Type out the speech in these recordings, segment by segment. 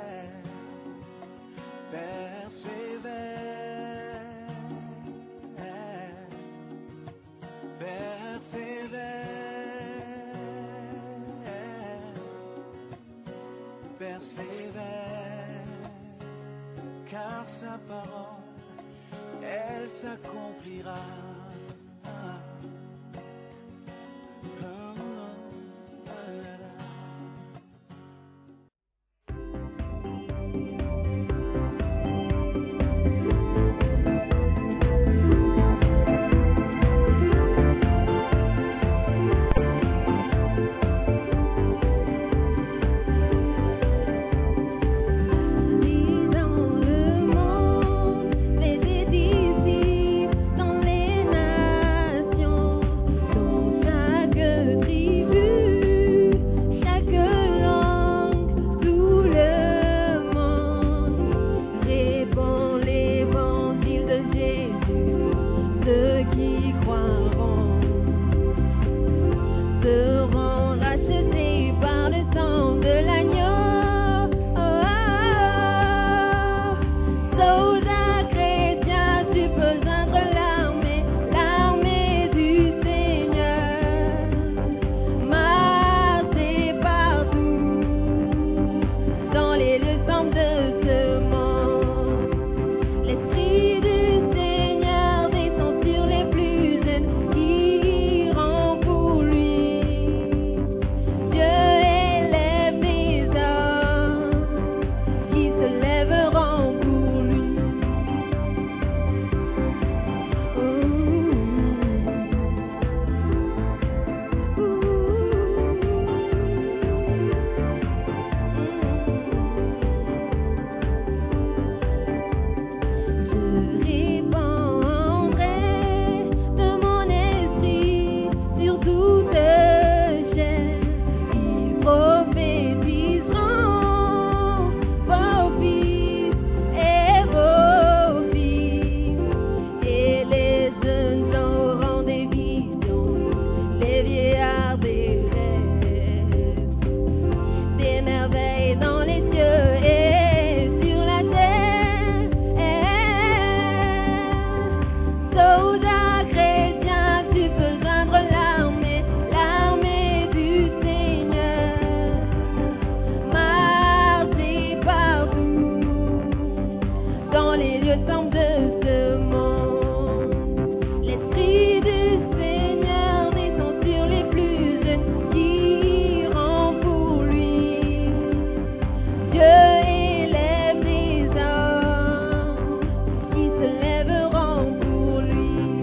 persévère, persévère, persévère, persévère, car sa parole, elle s'accomplira. Dis dans le monde, fais des disciples dans les nations, dans chaque tribu, chaque langue, tout le monde. Répands l'évangile de Jésus, ceux qui croiront seront rachetés par le sang de l'agneau. Oh, ah, ah. Sous un chrétien, tu peux joindre l'armée, l'armée du Seigneur. Marchez partout, dans les lieux sombres de ce monde. L'esprit du Seigneur descend sur les plus jeunes qui iront pour lui. Dieu élève des hommes qui se lèveront pour lui. Ouh. Ouh. Je répandrai de mon esprit sur toute chair. Ils prophétiseront vos fils et vos filles. Et les jeunes auront des visions, les vieillards des rêves des merveilles dans les cieux et sur la terre. Soldats chrétiens, tu peux joindre l'armée, l'armée du Seigneur. Marchez partout, dans les lieux sombres de ce monde. L'esprit du Seigneur descend sur les plus jeunes qui iront pour lui. Dieu élève des hommes qui se lèveront pour lui.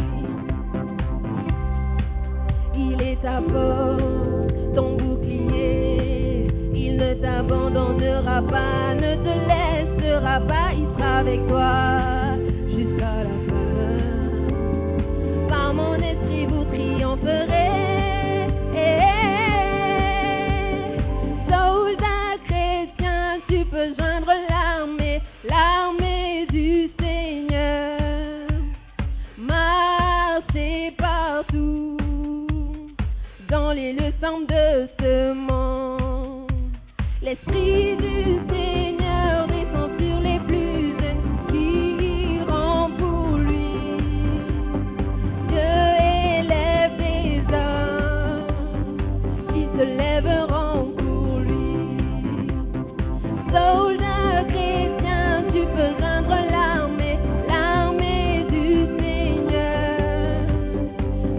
Il est ta force, ton bouclier. Il ne t'abandonnera pas, ne te laissera pas. Il sera avec toi jusqu'à la fin. Par mon esprit, vous triompherez. Soldats chrétiens, tu peux joindre l'armée, l'armée du Seigneur. Marchez partout, dans les leçons de ce monde. L'esprit du Seigneur descend sur les plus jeunes qui iront pour lui. Dieu élève des hommes qui se lèveront pour lui. Soldat chrétien, tu peux joindre l'armée, l'armée du Seigneur.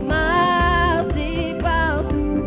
Marchez partout,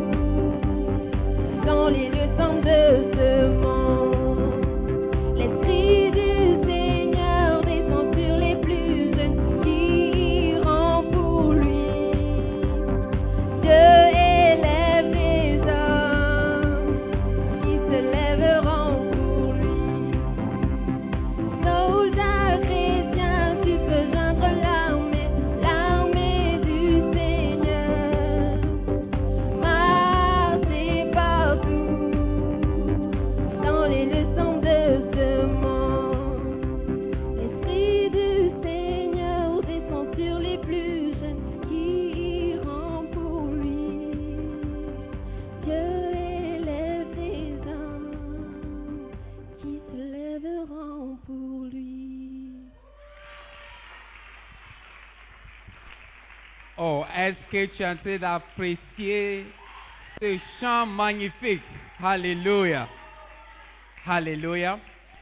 Oh, Est-ce que tu es en train d'apprécier ce chant magnifique? Alléluia. Alléluia.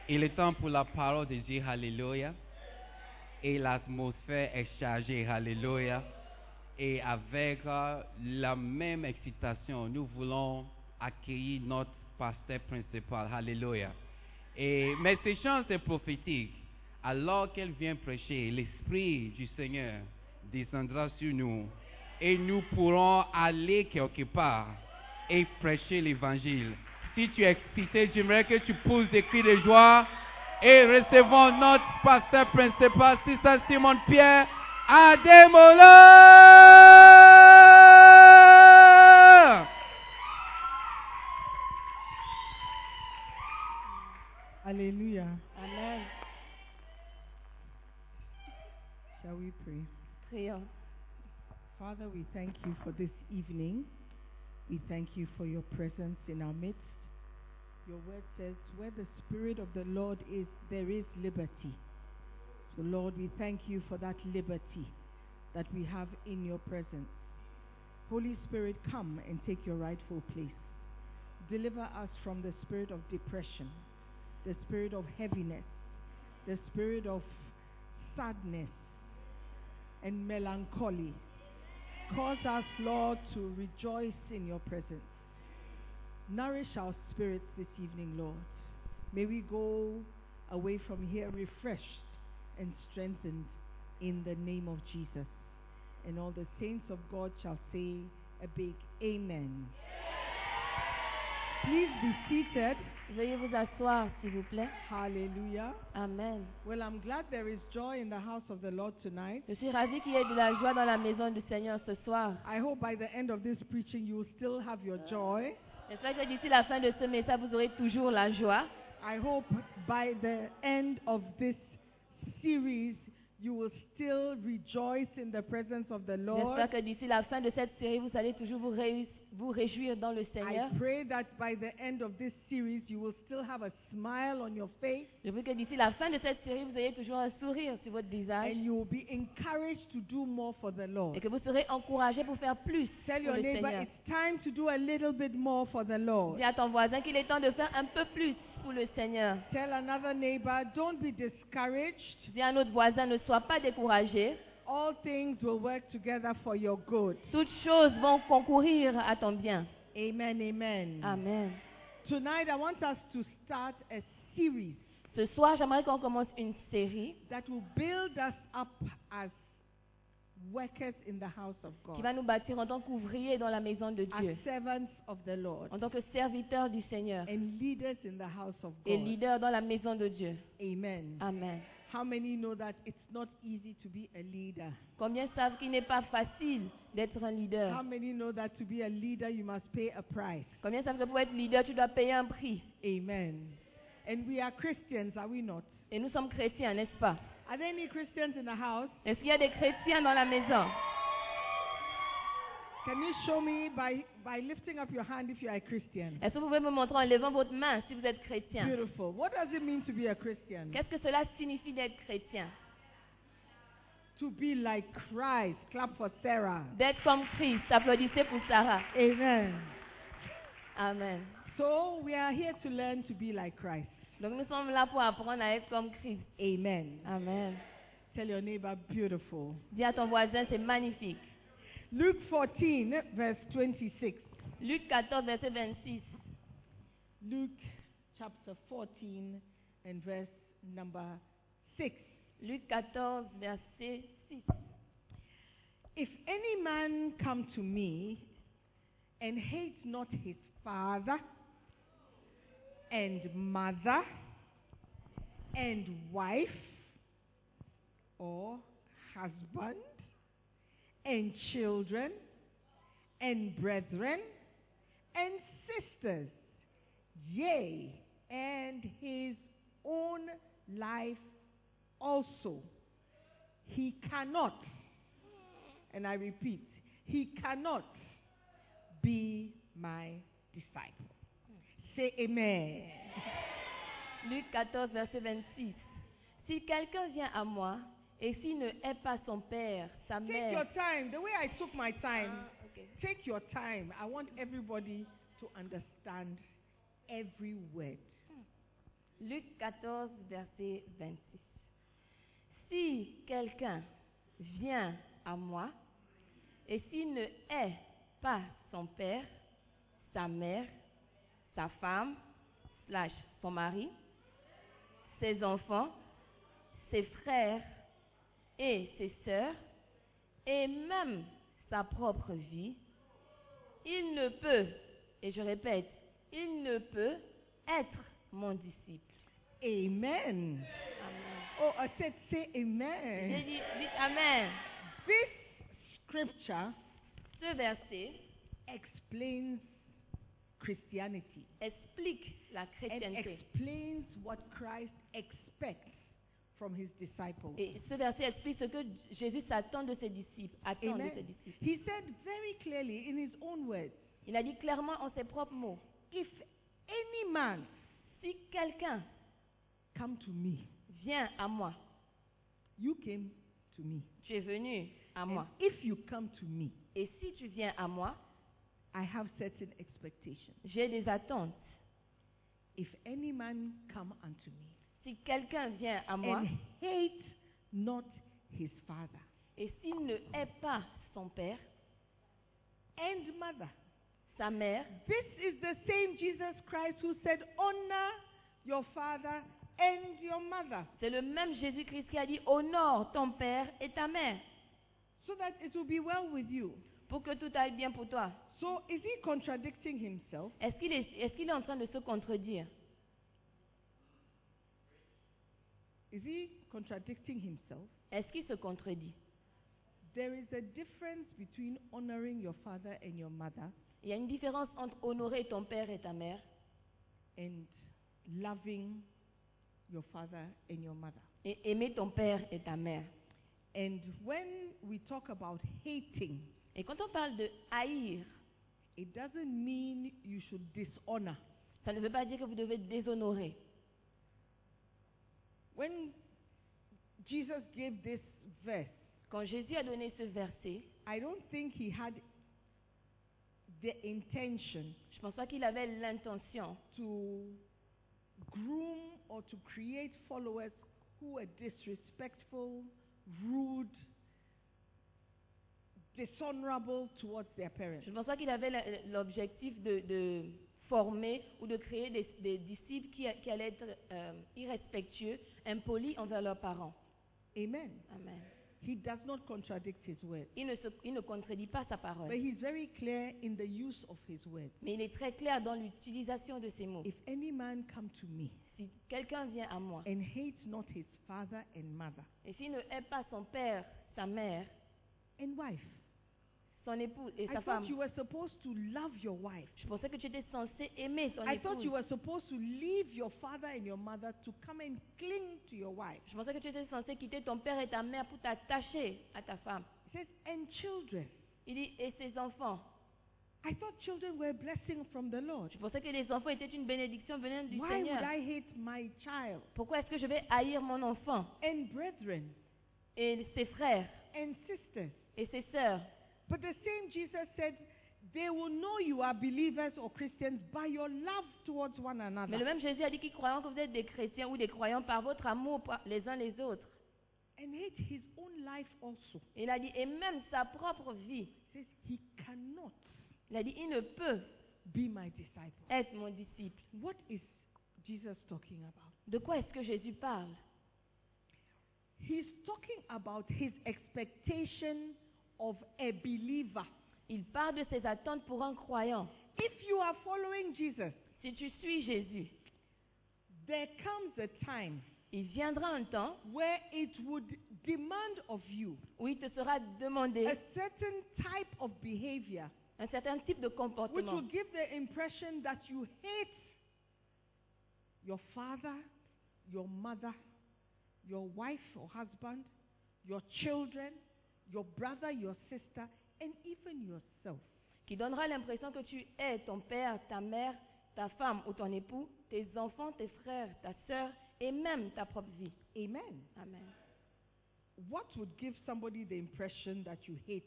Il est temps pour la parole de Dieu. Alléluia. Et l'atmosphère est chargée. Alléluia. Et avec euh, la même excitation, nous voulons accueillir notre pasteur principal. Alléluia. Et, mais ce chant, c'est prophétique. Alors qu'elle vient prêcher, l'Esprit du Seigneur descendra sur nous et nous pourrons aller quelque part et prêcher l'Évangile. Si tu es excité, j'aimerais que tu pousses des cris de joie et recevons notre pasteur principal, Sister Simon Pierre Ademola. Hallelujah. Amen. Shall we pray? Prions. Father, we thank you for this evening. We thank you for your presence in our midst. Your word says, Where the Spirit of the Lord is, there is liberty. So, Lord, we thank you for that liberty that we have in your presence. Holy Spirit, come and take your rightful place. Deliver us from the spirit of depression, the spirit of heaviness, the spirit of sadness and melancholy. Cause us, Lord, to rejoice in your presence. Nourish our spirits this evening, Lord. May we go away from here refreshed and strengthened in the name of Jesus. And all the saints of God shall say a big Amen. Please be seated. Veuillez vous asseoir, s'il vous plaît. Hallelujah. Amen. Well, I'm glad there is joy in the house of the Lord tonight. Je suis ravie qu'il y ait de la joie dans la maison du Seigneur ce soir. I hope by the end of this preaching you will still have your joy. J'espère que d'ici la fin de ce message, vous aurez toujours la joie. I hope by the end of this series you will still rejoice in the presence of the Lord. J'espère que d'ici la fin de cette série, vous allez toujours vous, réu- vous réjouir dans le I Seigneur. pray that by the end of this series you will still have a smile on your face Je veux que d'ici la fin de cette série, vous ayez toujours un sourire sur votre visage and you will be encouraged to do more for the et Lord. que vous serez encouragés pour faire plus pour Tell your le neighbor Seigneur. it's time to do a little bit more for the Lord. Dis à ton voisin qu'il est temps de faire un peu plus pour le Seigneur. Tell another neighbor don't be discouraged. Dis à notre voisin, ne sois pas découragé. All things will work together for your good. Toutes choses vont concourir à ton bien. Amen, amen. Amen. Um, Tonight, I want us to start a series Ce soir, j'aimerais qu'on commence une série that will build us up as workers in the house of qui God, va nous bâtir en tant qu'ouvriers dans la maison de as Dieu, servants of the Lord, en tant que serviteurs du Seigneur and leaders in Um- the house of et God. leaders dans la maison de Dieu. Amen. Amen. How many know that it's not easy to be a leader? Combien savent qu'il n'est pas facile d'être un How leader many know that to be a leader, you must pay a price? Combien savent que pour être leader, tu dois payer un prix Amen. And we are Christians, are we not? Et nous sommes chrétiens, n'est-ce pas Are there any Christians in the house? Est-ce qu'il y a des chrétiens dans la maison Can you show me by, by lifting up your hand if you are a Christian? Est-ce que vous pouvez me montrer en levant votre main si vous êtes chrétien Beautiful. What does it mean to be a Christian? Qu'est-ce que cela signifie d'être chrétien To be like Christ. Clap for Sarah. D'être comme Christ. Applaudissez pour Sarah. Amen. Amen. So we are here to learn to be like Christ. Donc nous sommes là pour apprendre à être comme Christ. Amen. Amen. Tell your neighbor, beautiful. Dis à ton voisin, c'est magnifique. Luke 14, verse 26. Luc 14, verset 26. Luke chapter 14 and verse number 6. Luc 14, verset 6. If any man come to me and hate not his father and mother and wife or husband and children and brethren and sisters, yea, and his own life also, he cannot and I repeat, he cannot be my disciple. Say amen. Luc 14, verset 26. Si quelqu'un vient à moi Et s'il ne hait pas son père, sa Take your mère. time. The way I took my time. Ah, ok. Take your time. I want everybody to understand every word. Luc 14, verset 26. Si quelqu'un vient à moi et s'il ne hait pas son père, sa mère, sa femme, slash son mari, ses enfants, ses frères et ses sœurs, et même sa propre vie, il ne peut, et je répète, il ne peut être mon disciple. Amen. Amen. Oh, I said, say J'ai amen. dit, dites Amen. This scripture Ce verset explains Christianity. explique la and chrétienté. explains what Christ expects from his disciples. Et ce verset explique ce que Jésus s'attend de ses disciples. Attend de ses Amen. disciples. He said very clearly in his own words Il a dit clairement en ses propres mots If any man Si quelqu'un come to me, vient à moi, you came to me. tu es venu à And moi. if you come to me, Et si tu viens à moi, I have certain expectations. j'ai des attentes. If any man come unto me Si quelqu'un vient à moi and hate not his father et s'il ne hait pas son père, and mother, sa mère, This is the same Jesus Christ who said, Honor your father and your mother, c'est le même Jésus-Christ qui a dit honore ton père et ta mère so that it will be well with you. pour que tout aille bien pour toi. So is he contradicting himself? Est-ce qu'il est, est-ce qu'il est en train de se contredire Is he contradicting himself? Est-ce qu'il se contredit There is a difference between honoring your father and your mother Il y a une différence entre honorer ton père et ta mère and loving your father and your mother. et aimer ton père et ta mère. And when we talk about hating, Et quand on parle de haïr, it doesn't mean you should dishonor. ça ne veut pas dire que vous devez déshonorer. When Jesus gave this verse, Quand Jésus a donné ce verset, I don't think he had the intention je pense pas qu'il avait l'intention to groom or to create followers who were disrespectful, rude, dishonorable towards their parents. Je ne pense pas qu'il avait la- l'objectif de, de former ou de créer des, des disciples qui, qui allaient être euh, irrespectueux, impolis envers leurs parents. Amen. Amen. He does not contradict his word. Il ne, se- il ne contredit pas sa But parole, he's very clear in the use of his word. mais il est très clair dans l'utilisation de ses mots. If any man come to me Si quelqu'un vient à moi and hate not his father and mother et s'il ne hait pas son père, sa mère, and wife, son épouse et I sa femme, thought you were supposed to love your wife. je pensais que tu étais censé aimer son I thought you épouse. were supposed to leave your father and your mother to come and cling to your wife. Je pensais que tu étais censé quitter ton père et ta mère pour t'attacher à ta femme. It says, and children. Il dit, et ses enfants. I thought children were a blessing from the Lord. Je pensais que les enfants étaient une bénédiction venant du Why would Seigneur. I hate my child? Pourquoi est-ce que je vais haïr mon enfant And brethren et ses frères and sisters. et ses sœurs But the same Jesus said, they will know you are believers or Christians by your love towards one another. Mais le même Jésus a dit qu'ils croyant que vous êtes des chrétiens ou des croyants par votre amour par- les uns les autres. And hate his own life also. Il a dit, et même sa propre vie, It says, he cannot il a dit, il ne peut be my disciple. être mon disciple. What is Jesus talking about? De quoi est-ce que Jésus parle He's talking about his expectation of a believer. Il parle de ses attentes pour un croyant. If you are following Jesus, Si tu suis Jésus, there comes a time il viendra un temps where it would demand of you où il te sera a demandé certain type of behavior un certain type de which will comportement give the impression that you hate your father, your mother, your wife or husband, your children, your brother, your sister, and even yourself. qui donnera l'impression que tu es ton père, ta mère, ta femme ou ton époux, tes enfants, tes frères, ta sœur et même ta propre vie. Amen. Amen. What would give somebody the impression that you hate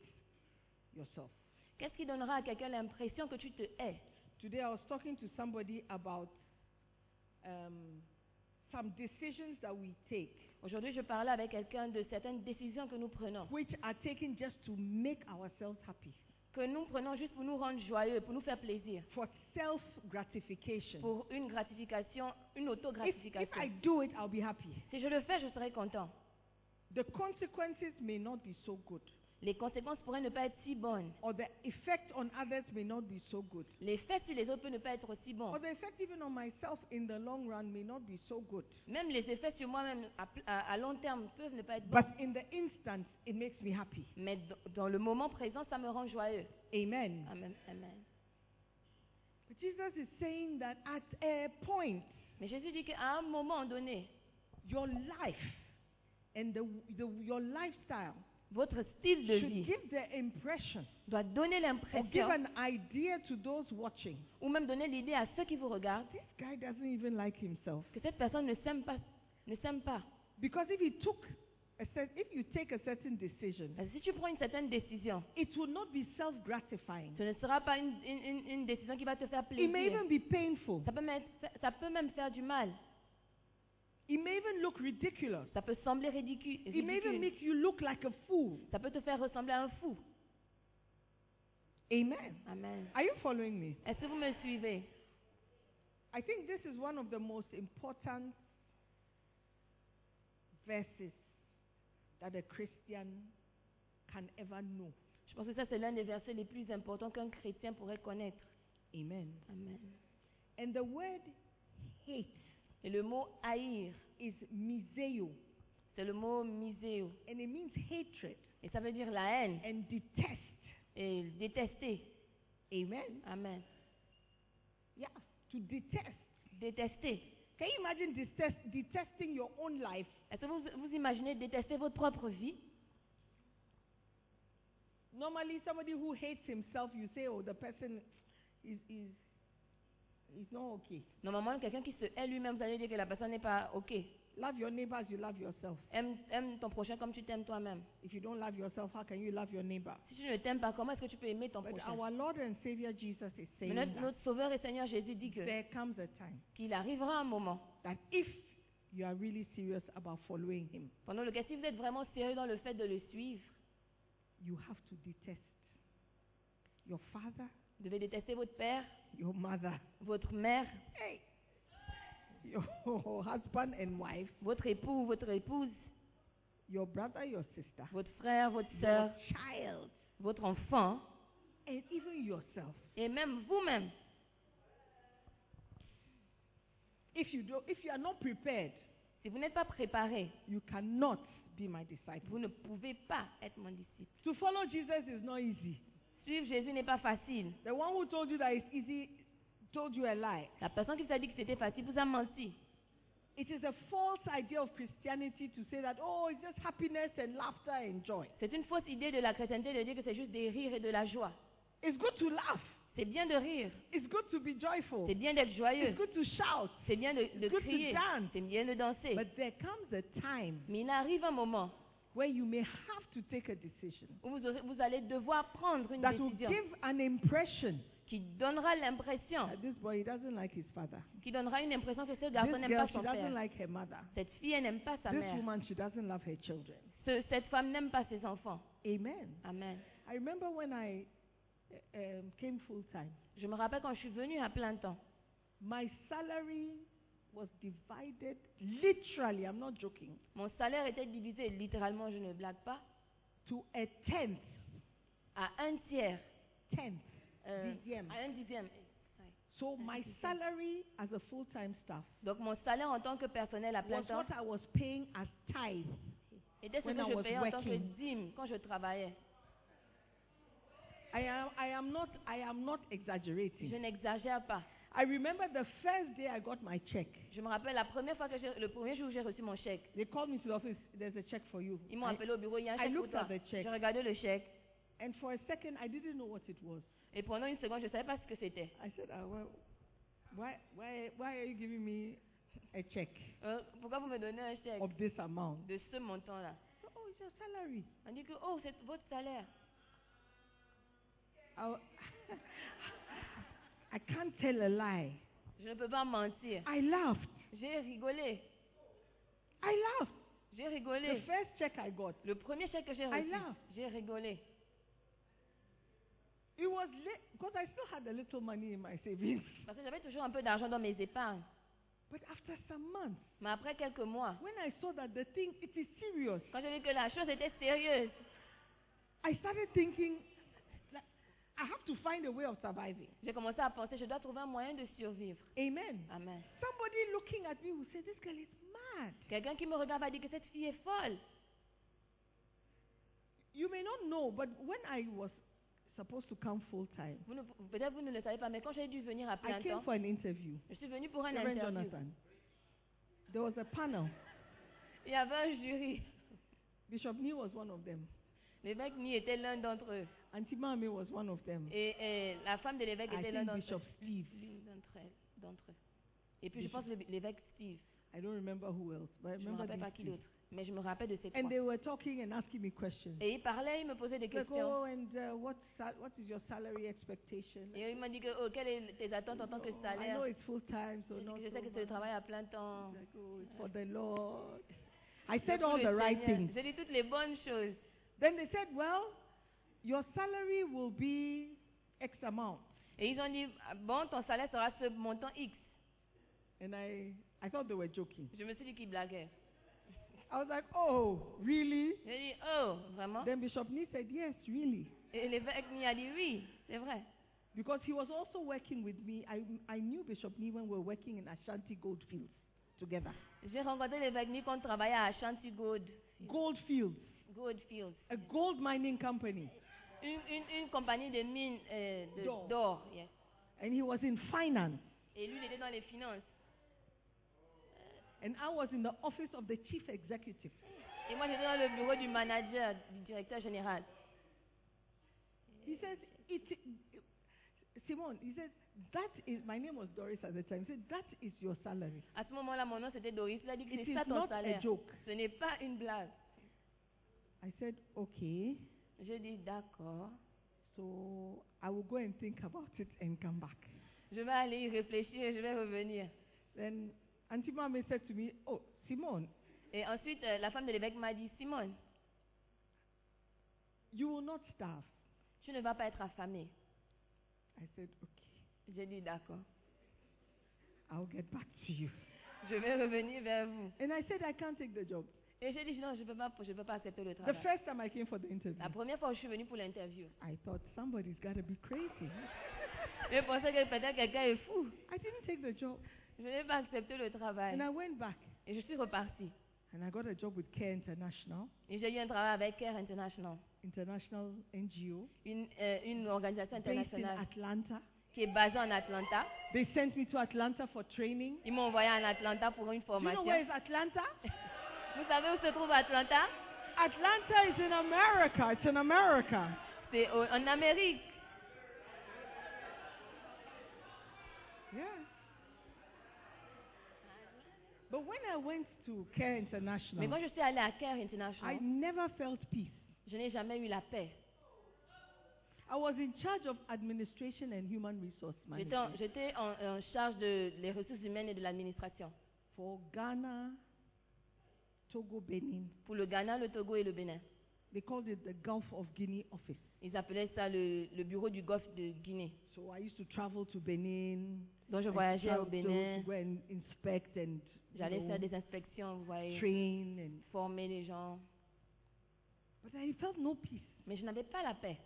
yourself? Qu'est-ce qui donnera à quelqu'un l'impression que tu te hais Today I was talking to somebody about um, some decisions that we take, Aujourd'hui, je parlais avec quelqu'un de certaines décisions que nous prenons, which are taken just to make ourselves happy, que nous prenons juste pour nous rendre joyeux, pour nous faire plaisir, for self gratification. pour une gratification, une If, if I auto-gratification. do it, I'll be happy. Si je le fais, je serai content. The consequences may not be so good, Les conséquences pourraient ne pas être si bonnes. or the effect on others may not be so good, L'effet sur les autres peut ne pas être aussi bon. or the effect even on myself in the long run may not be so good. Même les effets sur moi-même à, pl- à- à long terme peuvent ne pas être bons. But in the instant, it makes me happy. Mais d- dans le moment présent, ça me rend joyeux. Amen. Amen. Amen. But Jesus is saying that at a point, Mais Jésus dit qu'à un moment donné, your life and the, the, your lifestyle votre style de should vie give the impression doit donner or give l'impression an idea to those watching. ou même donner l'idée à ceux qui vous regardent This guy doesn't even like himself. que cette personne ne s'aime pas. Ne s'aime pas. Because if he took a cer- if you take a certain decision, Parce que si tu prends une certaine décision, it will not be self gratifying. ce ne sera pas une, une- une- une décision qui va te faire It may plaisir. even be painful. Ça peut, même être- ça peut même faire du mal. It may even look ridiculous. Ça peut sembler ridicu- It may even ridicule. make you look like a fool. Ça peut te faire ressembler à un fou. Amen. Amen. Are you following me? Est-ce que vous me suivez I think this is one of the most important verses that a Christian can ever know. Je pense que ça, c'est l'un des versets les plus importants qu'un chrétien pourrait connaître. Amen. Amen. And the word hate Et le mot haïr, is miseo, c'est le mot miséo. and it means hatred Et ça veut dire la haine and detest. et détester. Amen. Amen. Yeah, to detest. Détester. Can you imagine detest, detesting your own life? Est-ce que vous, vous imaginez détester votre propre vie Normally, somebody who hates himself, you say, oh, the person is, is, is not okay. Normalement, quelqu'un qui se hait lui-même, vous allez dire que la personne n'est pas OK. Love your neighbor as you love yourself. Aime, aime ton prochain comme tu t'aimes toi-même. If you don't love yourself, how can you love your neighbor? Si tu ne t'aimes pas, comment est-ce que tu peux aimer ton But prochain our Lord and Savior Jesus is Mais saying notre, that notre Sauveur et Seigneur Jésus dit que- there comes a time qu'il arrivera un moment that if you are really serious about following Him, pendant lequel, si vous êtes vraiment sérieux dans le fait de le suivre, you have to detest your father, vous devez détester votre père, your mother, votre mère, hey, your husband and wife, votre époux, votre épouse, your brother, your sister, votre frère, votre your soeur, child, votre enfant and even yourself. et même vous-même. If you do, if you are not prepared, Si vous n'êtes pas préparé, you cannot be my disciple. vous ne pouvez pas être mon disciple. To follow Jesus is not easy. Suivre Jésus n'est pas facile. The one who told you that it's easy told you a lie. La personne qui vous a dit que c'était facile vous a menti. It is a false idea of Christianity to say that, oh, it's just happiness and laughter and joy. C'est une fausse idée de la chrétienté de dire que c'est juste des rires et de la joie. It's good to laugh. C'est bien de rire, It's good to be joyful. c'est bien d'être joyeux, It's good to shout. c'est bien de, de good to crier, dance. c'est bien de danser. But there comes a time Mais il arrive un moment where you may have to take a decision où vous, aurez- vous allez devoir prendre une that will décision give an impression qui donnera l'impression, that this boy he doesn't like his father. qui donnera une impression que ce garçon This n'aime pas girl she son père. doesn't like her mother. Cette fille, elle n'aime pas sa This mère. woman she doesn't love her children. Ce- cette femme n'aime pas ses enfants. Amen. Amen. I remember when I uh, um, came full time, Je me rappelle quand je suis venue à plein temps, my salary was divided literally. I'm not joking. mon salaire était divisé, littéralement, je ne blague pas, to a tenth, à un tiers, tenth, euh, dixième. à un dixième. So my dixième. salary as a full-time staff Donc mon salaire en tant que personnel à plein was temps what I was paying as tithe. était ce when I que je was payais en tant que working. dîme quand je travaillais. I am, I am not, I am not Je exaggerating. n'exagère pas. I remember the first day I got my check. Je me rappelle la première fois que j'ai- le premier jour où j'ai reçu mon chèque. They called me to the office. There's a check for you. Ils m'ont I- appelé au bureau, il y a un I chèque pour looked toi. at the check. J'ai regardé le chèque and for a second, I didn't know what it was. et pendant une seconde, je ne savais pas ce que c'était. I said, ah, well, why, why, why are you giving me a check Euh, pourquoi vous me donnez un chèque of this amount? de ce montant-là oh, it's your salary. On dit que, oh, c'est votre salaire. I'll- I can't tell a lie. Je ne peux pas mentir. I laughed. J'ai rigolé. I laughed. J'ai The rigolé. first check I got, Le premier chèque que j'ai I reçu, laughed. j'ai rigolé. it was late because I still had a little money in my savings. Parce que j'avais toujours un peu d'argent dans mes épargnes. But after some months, Mais après quelques mois, when I saw that the thing it is serious, quand j'ai vu que la chose était sérieuse, I started thinking, like, I have to find a way of surviving. j'ai commencé à penser, je dois trouver un moyen de survivre. Amen. Amen. Somebody looking at me will say, This girl is mad. Quelqu'un qui me regarde va dire que cette fille est folle. You may not know, but when I was supposed to come full time, Vous ne- vous- Peut-être vous ne le savez pas, mais quand j'ai dû venir à I plein came temps, for an interview. je suis venue pour un Reverend interview. Jonathan. There was a panel. Il y avait un jury. Bishop Nee was one of them. L'évêque Ni était l'un d'entre eux. Auntie Mame was one of them. Et, et la femme de l'évêque I était l'un think d'entre Ah, Bishop eux. Steve. L'une d'entre elles- d'entre eux. Et puis je Bishop. Euh, pense que l'évêque Steve. I don't remember who else, Je but I ne me remember rappelle pas these qui three. d'autre. Mais je me rappelle de ces And trois. they were talking and asking me questions. Et il parlait, il me posait des Like, questions. oh, and uh, what, sal- what is your salary expectation? Like, Et il m'a dit que, oh, quelles sont tes attentes en tant que "Oh, I salaire know it's full time, so Je dis not que Je sais que so c'est le much." travail à plein temps. Like, oh, it's for the Lord. I C'est said pour all le the right Seigneur. things. J'ai dit toutes les bonnes choses. Then they said, well, your salary will be X amount. Et ils ont dit, Ah, bon, ton salaire sera ce montant X. And I, I thought they were joking. Je me suis dit qu'ils blaguaient. I was like, oh, really? J'ai dit, oh, vraiment Then Bishop Nee said, yes, really. Et l'évêque Ni a dit, oui, c'est vrai. Because he was also working with me. I, I knew Bishop Nee when we were working in Ashanti Goldfields together. J'ai rencontré l'évêque Ni quand on travaillait à Ashanti Gold, Goldfields, Goldfields. a gold mining company. Une, une- une compagnie de mines euh, de- D'or. d'or. yes. And he was in finance. Et lui, il était dans les finances. And I was in the office of the chief executive. Et moi, j'étais dans le bureau du manager, du directeur général. He says, it, Simone, he says, that is, my name was Doris at the time. He said, that is your salary. À ce moment-là, mon nom, c'était Doris. Il a dit que It c'est is ça ton not a salaire. joke. Ce n'est pas une blague. I said, okay, Je dis, d'accord. so I will go and think about it and come back. Je vais aller y réfléchir et je vais revenir. Then Auntie Mame said to me, oh, Simone, Et ensuite, euh, la femme de l'évêque m'a dit, Simone, you will not starve. tu ne vas pas être affamée. I said, okay, J'ai dit, d'accord. I'll get back to you. Je vais revenir vers vous. And I said, I can't take the job. Et j'ai dit, non, je ne peux, pas- je peux pas accepter le The travail. first time I came for the interview, La première fois où je suis venue pour l'interview, I thought somebody's got to be crazy. je pensais que peut-être quelqu'un est fou. I didn't take the job. Je n'ai pas accepté le travail. And I went back Et je suis repartie. and I got a job with Care International, Et j'ai eu un travail avec Care International, international NGO, une, euh, une organisation based in internationale Atlanta. qui est basée en Atlanta. They sent me to Atlanta for training. Ils m'ont envoyé en Atlanta pour une Do you know formation. where is Atlanta? Vous savez où se trouve Atlanta Atlanta is in America. It's in America. C'est au- en Amérique. Yeah. But when I went to Care Mais quand International, je suis allée à Care I International, never felt peace. je n'ai jamais eu la paix. I was in charge of administration and human resource J'étais en, management j'étais en- en charge de- des ressources humaines et de l'administration for Ghana, Togo, Benin. pour le Ghana, le Togo et le Bénin. They called it the Gulf of Guinea office. Ils appelaient ça le, le bureau du Golfe de Guinée. So I used to travel to Benin. Donc je and voyageais au travel Bénin, To go and inspect and you j'allais know, faire des inspections, vous voyez, train and. former les gens. But I felt no peace. Mais je n'avais pas la paix.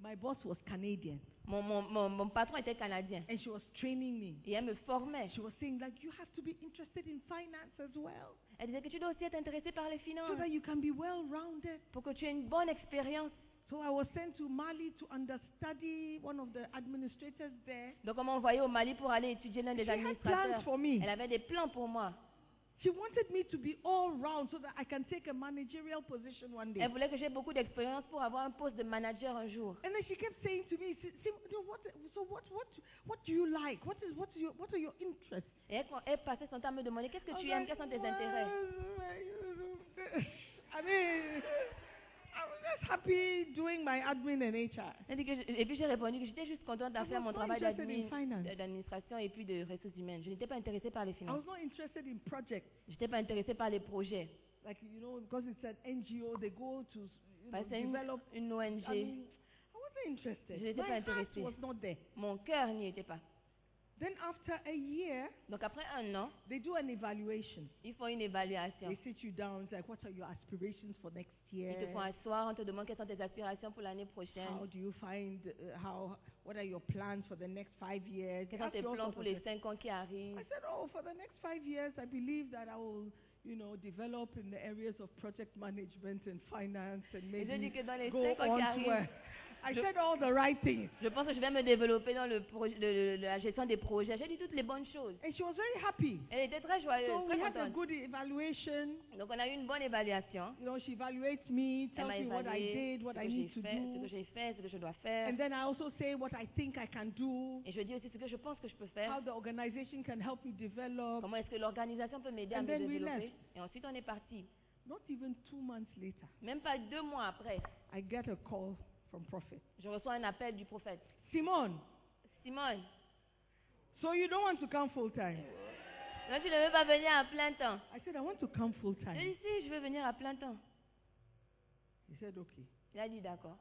My boss was Canadian, Mon, mon, mon, mon patron était canadien and she was training me. et elle me formait. She was saying like, you have to be interested in finance as well, Elle disait que tu dois aussi être intéressé par les finances so that you can be well-rounded. pour que tu aies une bonne expérience. So I was sent to Mali to understudy one of the administrators there. Donc on m'a envoyé au Mali pour aller étudier l'un des She had plans administrateurs. for me. Elle avait des plans pour moi. She wanted me to be all round so that I can take a managerial position one day. Elle voulait que j'aie beaucoup d'expérience pour avoir un poste de manager un jour. And then she kept saying to me, "Si- Sim- no, what, so what, what, what do you like? What, is, what, is your, what are your interests? Oh, Et elle, elle passait son temps à me demander qu'est-ce I que was tu aimes, like, quels sont tes intérêts. I mean, I was just happy doing my admin and HR. Elle dit que je- Et puis j'ai répondu que j'étais juste contente d'en I faire was mon not travail interested d'admin- in finance. d'administration et puis de ressources humaines. Je n'étais pas intéressée par les I was finances. not interested in projects. Je n'étais pas intéressée par les projets. Like, you know, because it's an NGO, they go to you know, Parce que c'est une, develop. une I ONG. mean, I wasn't Je n'étais interested. pas My heart intéressée. was not there. Mon cœur n'y était pas. Then after a year, Donc après un an, they do an evaluation. ils font une évaluation. They sit you down. It's like, what are your aspirations for next year? Ils te font asseoir, on te demande quelles sont tes aspirations pour l'année How prochaine. do you find uh, how? What are your plans for the next five years? Quels They sont ask tes you all plans sorts pour of les questions. cinq ans qui I arrivent said, oh, for the next five years, I believe that I will, you know, develop in the areas of project management and finance and Et je dis maybe que dans les go cinq ans on qui to. A, arrivent, I Je- said all the right things, je pense que je vais me développer dans le proj- le- le- la gestion des projets. J'ai dit toutes les bonnes choses. and she was very happy. Elle était très joyeuse, So très we had a contente. good evaluation. Donc on a eu une bonne évaluation. You know, she evaluates me, Elle tells m'a me what I évalué, did, ce what I que j'ai need to fait, ce que do, j'ai fait, ce que je dois faire. and then I also say what I think I can do, Et je dis aussi ce que je pense que je peux how faire. the organization can help me develop. Comment est-ce que l'organisation peut m'aider à And me then we développer left. Et ensuite on est parti. Not even two months later, Même pas deux mois après, I get a call from Prophet je reçois un appel du prophète. Simon. Simone, So you don't want to come full time? non, tu ne veux pas venir à plein temps. I said I want to come full Je time. dis si, je veux venir à plein temps. He said, okay. Il a dit d'accord.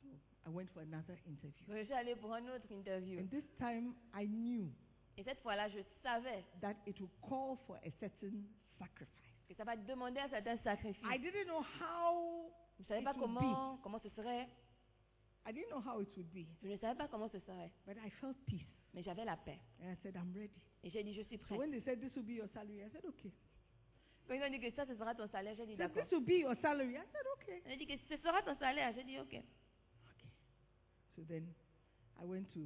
So I went for another interview. Donc, Je suis allée pour une autre interview. And this time I knew Et cette fois-là, je savais that it would call for a certain sacrifice. que ça va demander un certain sacrifice. I didn't know how Je ne savais pas it would comment, comment ce serait. I didn't know how it would be. Je ne savais pas comment ce serait. But I felt peace. Mais j'avais la paix. And I said, I'm ready. Et j'ai dit, je suis So prête. when they said this will be your salary, I said, okay. Quand ils ont dit que ça, ce sera ton salaire, j'ai dit They said, d'accord. this will be your salary. I said, okay. On a dit que ce sera ton salaire. J'ai dit ok. So then I went to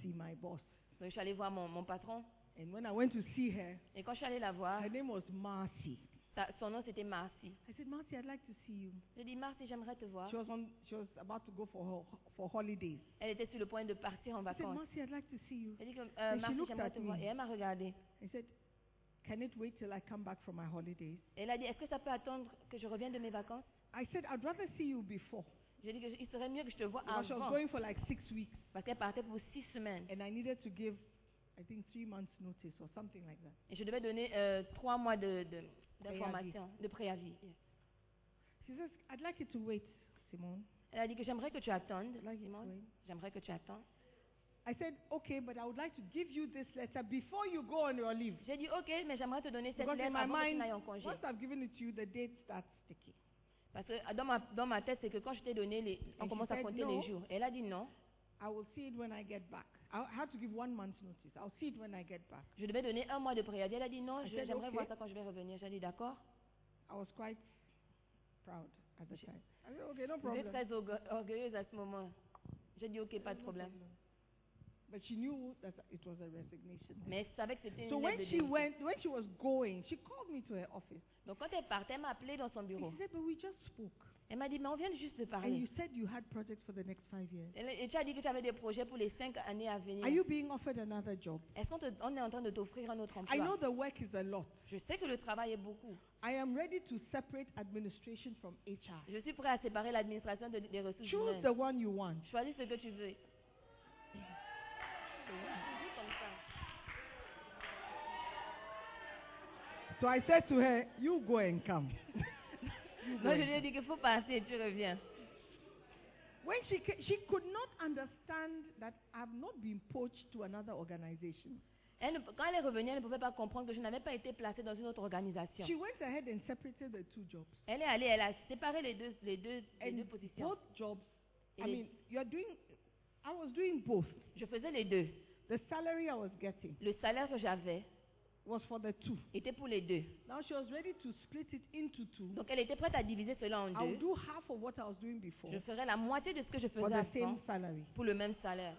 see my boss. Donc je suis allée voir mon, mon patron. And when I went to see her, Et quand je suis allée la voir, her name was Marcy. sa- son nom c'était Marcy. Uh. I said, Marcy, I'd like to see you. J'ai dit Marcy, j'aimerais te voir. She was on. She was about to go for ho- for holidays. Elle était sur le point de partir en I said, vacances. Marcy, I'd like to see you. Elle dit que euh, And she Marcy, looked j'aimerais at te voir. me. Et elle m'a regardée. I said, Can it wait till I come back from my holidays? Et Elle a dit est-ce que ça peut attendre que je revienne de mes vacances I said, I'd rather see you before. J'ai dit que je- il serait mieux que je te vois Because she was avant. going for like six weeks, Parce qu'elle partait pour six semaines. and I needed to give, I think, three months' notice or something like that. Et je devais donner euh, trois mois de, de, Préavis. d'information, de préavis. She says, I'd like you to wait, Simone. Elle a dit que j'aimerais que tu attendes. I'd like you to Simone. wait. J'aimerais que tu attendes. I said, Okay, but I would like to give you this letter before you go on your leave. J'ai dit ok, mais j'aimerais te donner cette Because in lettre my avant que tu mind, n'ailles en congé. once I've given it to you, the date starts ticking. Parce que ah, dans ma, dans ma tête, c'est que quand je t'ai donné, les, on And she commence à said compter no. les jours. Elle a dit non, I will see it when I get back. I I had to give one month's notice. I'll see it when I get back. je devais donner un mois de préavis. Elle a dit non, I je- said, j'aimerais okay. voir ça quand je vais revenir. J'ai dit d'accord. I was quite proud at the Je- time. I said, okay, no J'étais problem. très orgue- orgueilleuse à ce moment. J'ai dit ok, pas de No problème. But she knew that it was a resignation. Mais elle savait que c'était une So when lettre de she démission. went, when she was going, she called me to her office. Donc quand elle partait, elle m'a appelée dans son And bureau. she said, but we just spoke. Elle m'a dit, mais on vient juste de And you parler. said you had projects for the next five years. Elle- Et tu as dit que tu avais des projets pour les cinq années à venir. Are you being offered another job? Est-ce qu'on te- on est en train de t'offrir un autre I know emploi the work is a lot. Je sais que le travail est beaucoup. I am ready to separate administration from HR. Je suis prêt à séparer l'administration de- des ressources Choose humaines. the one you want. Choisis ce que tu veux. So I said to her, you go and come. You go Moi, je and lui ai dit qu'il faut passer, tu reviens. When she ca- she could not understand that I've not been poached to another organization. Elle ne- quand elle est revenue, elle ne pouvait pas comprendre que je n'avais pas été placée dans une autre organisation. She went ahead and separated the two jobs. Elle est allée, elle a séparé les deux, les deux, les And deux positions. both jobs, Et I les- mean, you're doing, I was doing both. je faisais les deux. The salary I was getting Le salaire que j'avais was for the two. était pour les deux. Now she was ready to split it into two. Donc elle était prête à diviser cela en I would deux. do half of what I was doing before Je ferais la moitié de ce que je for faisais the same avant salary. pour le même salaire.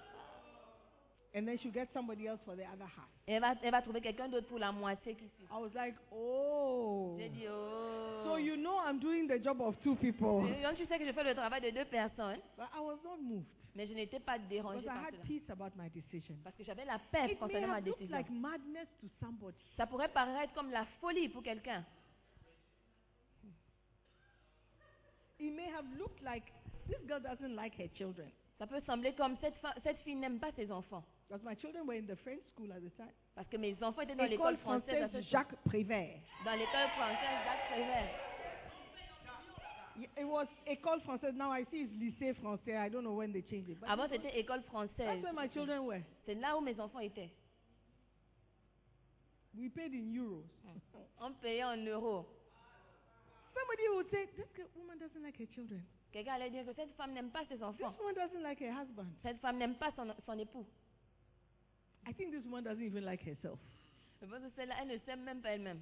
And then she'll get somebody else for the other half. Et elle va, elle va trouver quelqu'un d'autre pour la moitié qui suit. I was like, oh. J'ai dit, oh. So you know I'm doing the job of two people. Donc tu sais que je fais le travail de deux personnes, But I was not moved. mais je n'étais pas dérangée Because I par had cela. peace about my decision. Parce que j'avais la paix It may concernant ma have looked décision. like madness to somebody. Ça pourrait paraître comme la folie pour quelqu'un. It may have looked like this girl doesn't like her children. Ça peut sembler comme cette, fa- cette fille n'aime pas ses enfants. Because my children were in the French school at the time. Parce que mes enfants étaient dans École l'école française. à française ce- Jacques Prévert. Dans l'école française, Jacques Prévert. Y- It was École française. Now I see it's lycée français. I don't know when they changed it. But Avant, c'était école française. that's where my children were. C'est là où mes enfants étaient. We paid in euros. Hmm. On payait en euros. Somebody would say, This girl- woman doesn't like her children. Quelqu'un allait dire que cette femme n'aime pas ses This enfants. woman doesn't like her husband. Cette femme n'aime pas son, son époux. I think this woman doesn't even like herself. Je pense que celle-là, elle ne s'aime même pas elle-même.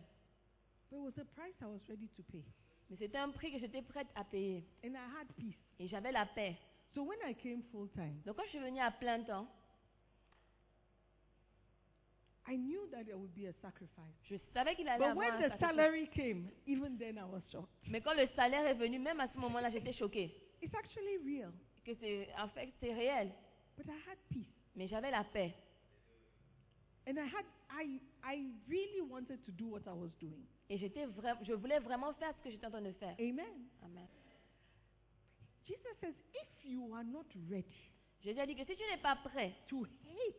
But it was a price I was ready to pay. Mais c'était un prix que j'étais prête à payer. And I had peace. Et j'avais la paix. So when I came full time, Donc quand je suis venue à plein temps, I knew that there would be a sacrifice. je savais qu'il allait But avoir when un the sacrifice. salary came, even then I was shocked. Mais quand le salaire est venu, même à ce moment-là, j'étais choquée. It's actually real. Que c'est, en fait, c'est réel. But I had peace. Mais j'avais la paix. And I had I I really wanted to do what I was doing. Et j'étais vra- je voulais vraiment faire ce que j'étais en train de faire. Amen. Amen. Jesus says, if you are not ready Jésus a dit que si tu n'es pas prêt to hate,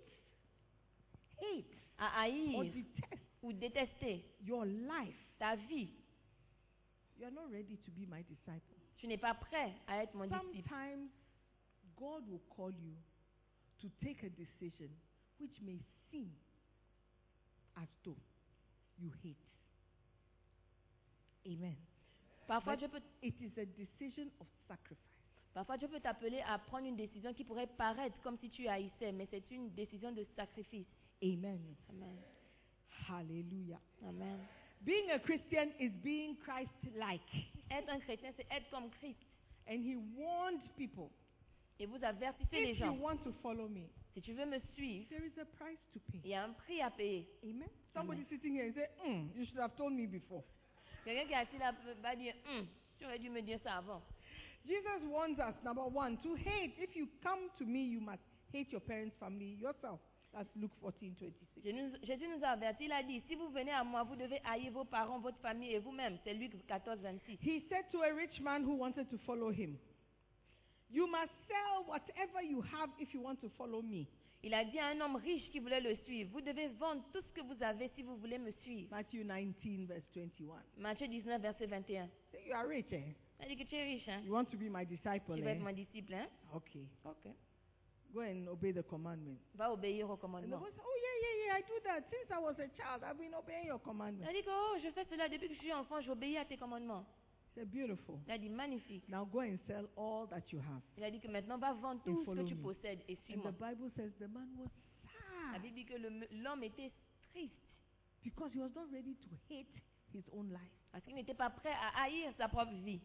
hate à or haïr detest ou détester your life, ta vie, you are not ready to be my disciple. tu n'es pas prêt à être mon disciple. Sometimes God will call you to take a decision which may seem as though you hate. Amen. Parfois but- Dieu, peut, It is a decision of sacrifice. parfois, Dieu peut t'appeler à prendre une décision qui pourrait paraître comme si tu haïssais, mais c'est une décision de sacrifice. Amen. Amen. Hallelujah. Amen. Being a Christian is being Christ like. Être un chrétien, c'est être comme Christ. And he warned people Et vous avertissez les if you gens. want to follow me, Si tu veux me suivre, there is a price to il pay. y a un prix à payer. Amen. Somebody sitting here and say, mm, You should have told me before. Quelqu'un qui est assis là peut- va dire Hum, tu aurais dû me dire ça avant. Jesus warns us, number one, to hate. If you come to me, you must hate your parents' family, yourself. That's Luke 14, 26. Jésus nous- Jésus nous a avertis, il a dit Si vous venez à moi, vous devez haïr vos parents, votre famille et vous-même. C'est Luc 14, 26. He said to a rich man who wanted to follow him, You must sell whatever you have if you want to follow me. Il a dit à un homme riche qui voulait le suivre Vous devez vendre tout ce que vous avez si vous voulez me suivre. Matthew 19, verse 21. Matthieu 19, verset 21. Say, You are rich, eh? Il a dit que tu es riche, hein You want to be my disciple, Tu veux eh? être mon disciple, hein Okay. Ok. Go and obey the commandment. Va obéir aux And the commandements. boy said, Oh, yeah, yeah, yeah, I do that. Since I was a child, I've been obeying your Il commandment. a dit que oh, je fais cela depuis que je suis enfant, j'obéis à tes commandements. He said, Beautiful. Il a dit magnifique. Now go and sell all that you have. Il a dit que maintenant va vendre And tout ce follow que tu me. possèdes et And suis-moi. the Bible says the man was La sad Bible dit que le- l'homme était triste because he was not ready to hate his own life. parce qu'il n'était pas prêt à haïr sa propre vie.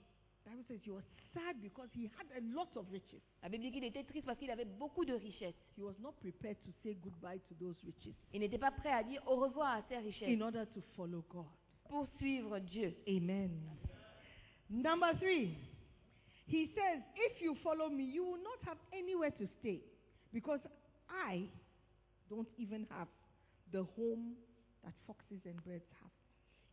Bible says he was sad because he had a lot of riches. La Bible dit qu'il était triste parce qu'il avait beaucoup de richesses. He was not prepared to say goodbye to those riches Il n'était pas prêt à dire au revoir à ses richesses in order to follow God. pour suivre Dieu. Amen. Number three, he says, If you follow me, you will not have anywhere to stay because I don't even have the home that foxes and birds have.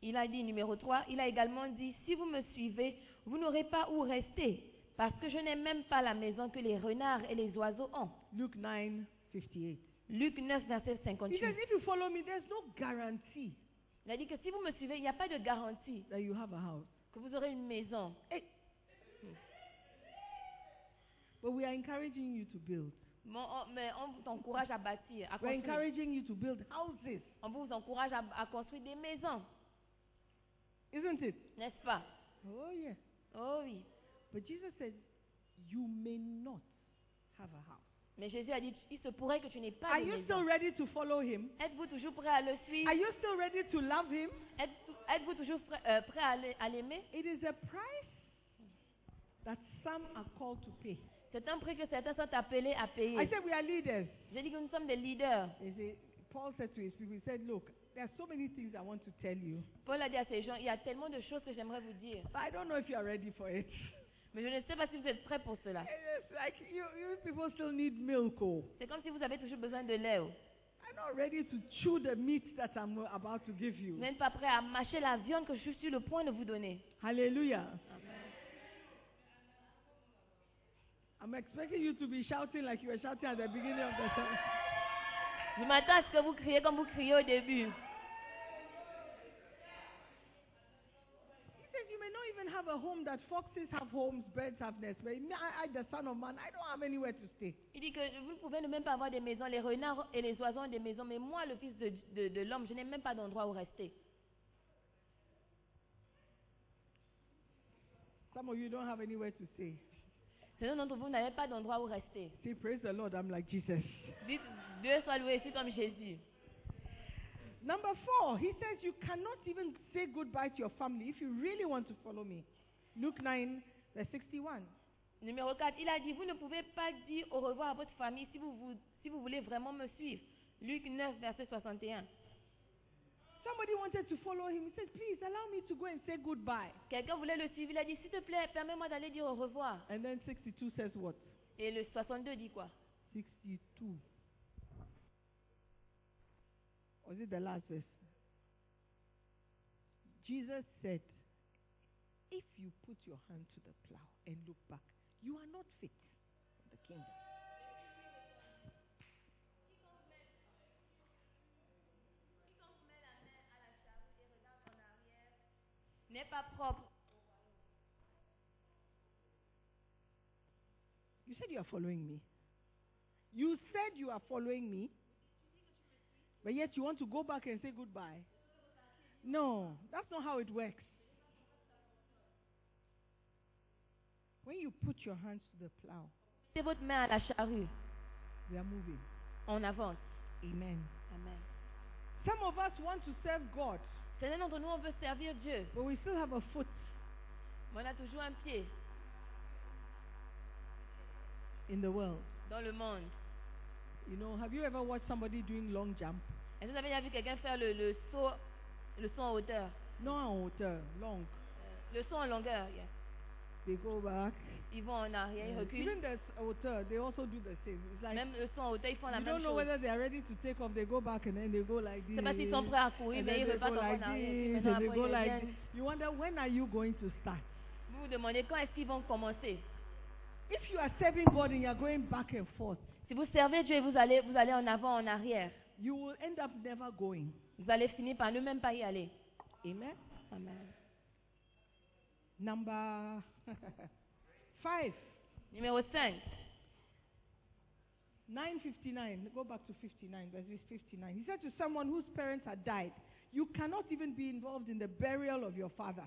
Il a dit numéro 3, il a également dit si vous me suivez, vous n'aurez pas où rester parce que je n'ai même pas la maison que les renards et les oiseaux ont. Luke 9 58. Luc 9 verset He 58. says, If you follow me, there's no guarantee Il a dit que si vous me suivez, il n'y a pas de garantie that you have a house. que vous aurez une maison. Hey. But we are encouraging you to build. Bon, on- mais on vous encourage à bâtir, à We're construire. encouraging you to build houses, On vous encourage à, à construire des maisons, isn't it? n'est-ce pas Oh, yeah. Oh oui. But Jesus said, You may not have a house. Mais Jésus a dit, il se pourrait que tu n'aies pas de Are you maison. still ready to follow him? Êtes-vous toujours prêt à le suivre Are you still ready to love him? Êtes-vous êtes-vous toujours prêt, euh, prêt à le- à l'aimer It is a price that some are called to pay. C'est un prix que certains sont appelés à payer. I said, We are leaders. J'ai dit que nous sommes des leaders. They say, Paul said to his people, He said, Look, there are so many things I want to tell you, Paul a dit à ces gens, il y a tellement de choses que j'aimerais vous dire. but I don't know if you are ready for it. Mais je ne sais pas si vous êtes prêts pour cela. It's like you, you people still need milk. Oh. C'est comme si vous avez toujours besoin de lait. oh. I'm not ready to chew the meat that I'm about to give Vous you. n'êtes pas prêt à mâcher la viande que je suis sur le point de vous donner. Hallelujah. I'm expecting you to be shouting like you were shouting at the beginning of the service. Je m'attends à ce que vous criez comme vous criez au début. He says, You may not even have a home that foxes have homes, birds have nests. But me, I, I, the son of man, I don't have anywhere to stay. Il dit que vous pouvez ne même pas avoir des maisons, les renards et les oiseaux ont des maisons, mais moi, le fils de, de- de l'homme, je n'ai même pas d'endroit où rester. Some of you don't have anywhere to stay. Certains d'entre vous n'avez pas d'endroit où rester. See, praise the Lord, I'm like Jesus. Dites, Dieu soit loué, c'est comme Jésus. Number four, he says, You cannot even say goodbye to your family if you really want to follow me. Luke 9, verse 61. Numéro 4, il a dit, vous ne pouvez pas dire au revoir à votre famille si vous, vous- si vous voulez vraiment me suivre. Luc 9, verset 61. Somebody wanted to follow him. He says, Please allow me to go and say goodbye. Quelqu'un voulait le suivre, il a dit, s'il te plaît, permets-moi d'aller dire au revoir. And then 62 says, What? Et le 62 dit quoi 62. Was it the last verse? Jesus said, If you put your hand to the plow and look back, you are not fit for the kingdom. N'est pas propre. You said you are following me. You said you are following me, but yet you want to go back and say goodbye. No, that's not how it works. When you put your hands to the plow, C'est votre main à la charrue. we are moving. On avance. Amen. Amen. Some of us want to serve God, Certains d'entre nous, on veut servir Dieu. but we still have a foot. Mais on a toujours un pied In the world. dans le monde. You know, have you ever watched somebody doing long jump? Est-ce que vous avez déjà vu quelqu'un faire le, le saut, le saut en hauteur No, en hauteur, long. Le saut en longueur. yeah. They go back. Ils vont en arrière, ils Mm. Even reculent. the hauteur, uh, they also do the same. It's like Même le saut en hauteur, ils font la You même don't know chose. whether they are ready to take off. They go back and then they go like Je this. sais pas s'ils sont prêts à courir, and mais then ils they go repartent like encore en arrière. Puis this, and maintenant, they après, go ils like this. reviennent. You wonder when are you going to start? Vous vous demandez quand est-ce qu'ils vont commencer. If you are serving God and you are going back and forth, Si vous servez Dieu, vous allez, vous allez en avant, en arrière. you will end up never going. Vous allez finir par ne même pas y aller. Amen. Amen. Number five, Numéro 5. 959. Go back to 59, verse 59. He said to someone whose parents had died, You cannot even be involved in the burial of your father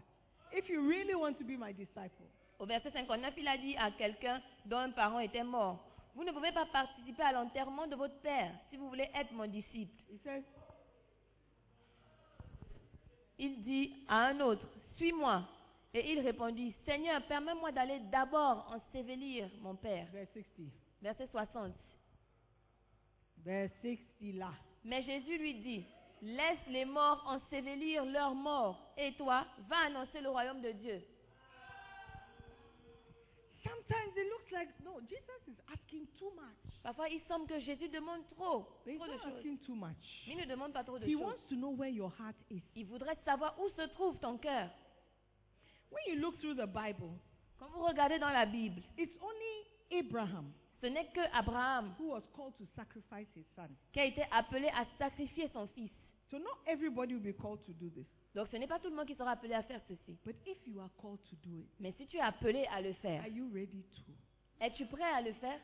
if you really want to be my disciple. Au verset 59, il a dit à quelqu'un dont un parent était mort, vous ne pouvez pas participer à l'enterrement de votre père si vous voulez être mon disciple. He says, Il dit à un autre, suis-moi. Et il répondit, Seigneur, permets-moi d'aller d'abord ensevelir mon père. verse 60. Verset 60. Verse 60 là. Mais Jésus lui dit, laisse les morts ensevelir leurs morts, et toi, va annoncer le royaume de Dieu. Sometimes it looks like no, Jesus is asking too much. Parfois, il semble que Jésus demande trop, But He's trop de not choses. asking too much. Mais il ne demande pas trop de He choses. wants to know where your heart is. Il voudrait savoir où se trouve ton cœur. When you look through the Bible, Quand vous regardez dans la Bible, it's only Abraham ce n'est que Abraham who was called to sacrifice his son. qui a été appelé à sacrifier son fils. So not everybody will be called to do this. Donc ce n'est pas tout le monde qui sera appelé à faire ceci. But if you are called to do it, Mais si tu es appelé à le faire, are you ready to? es-tu prêt à le faire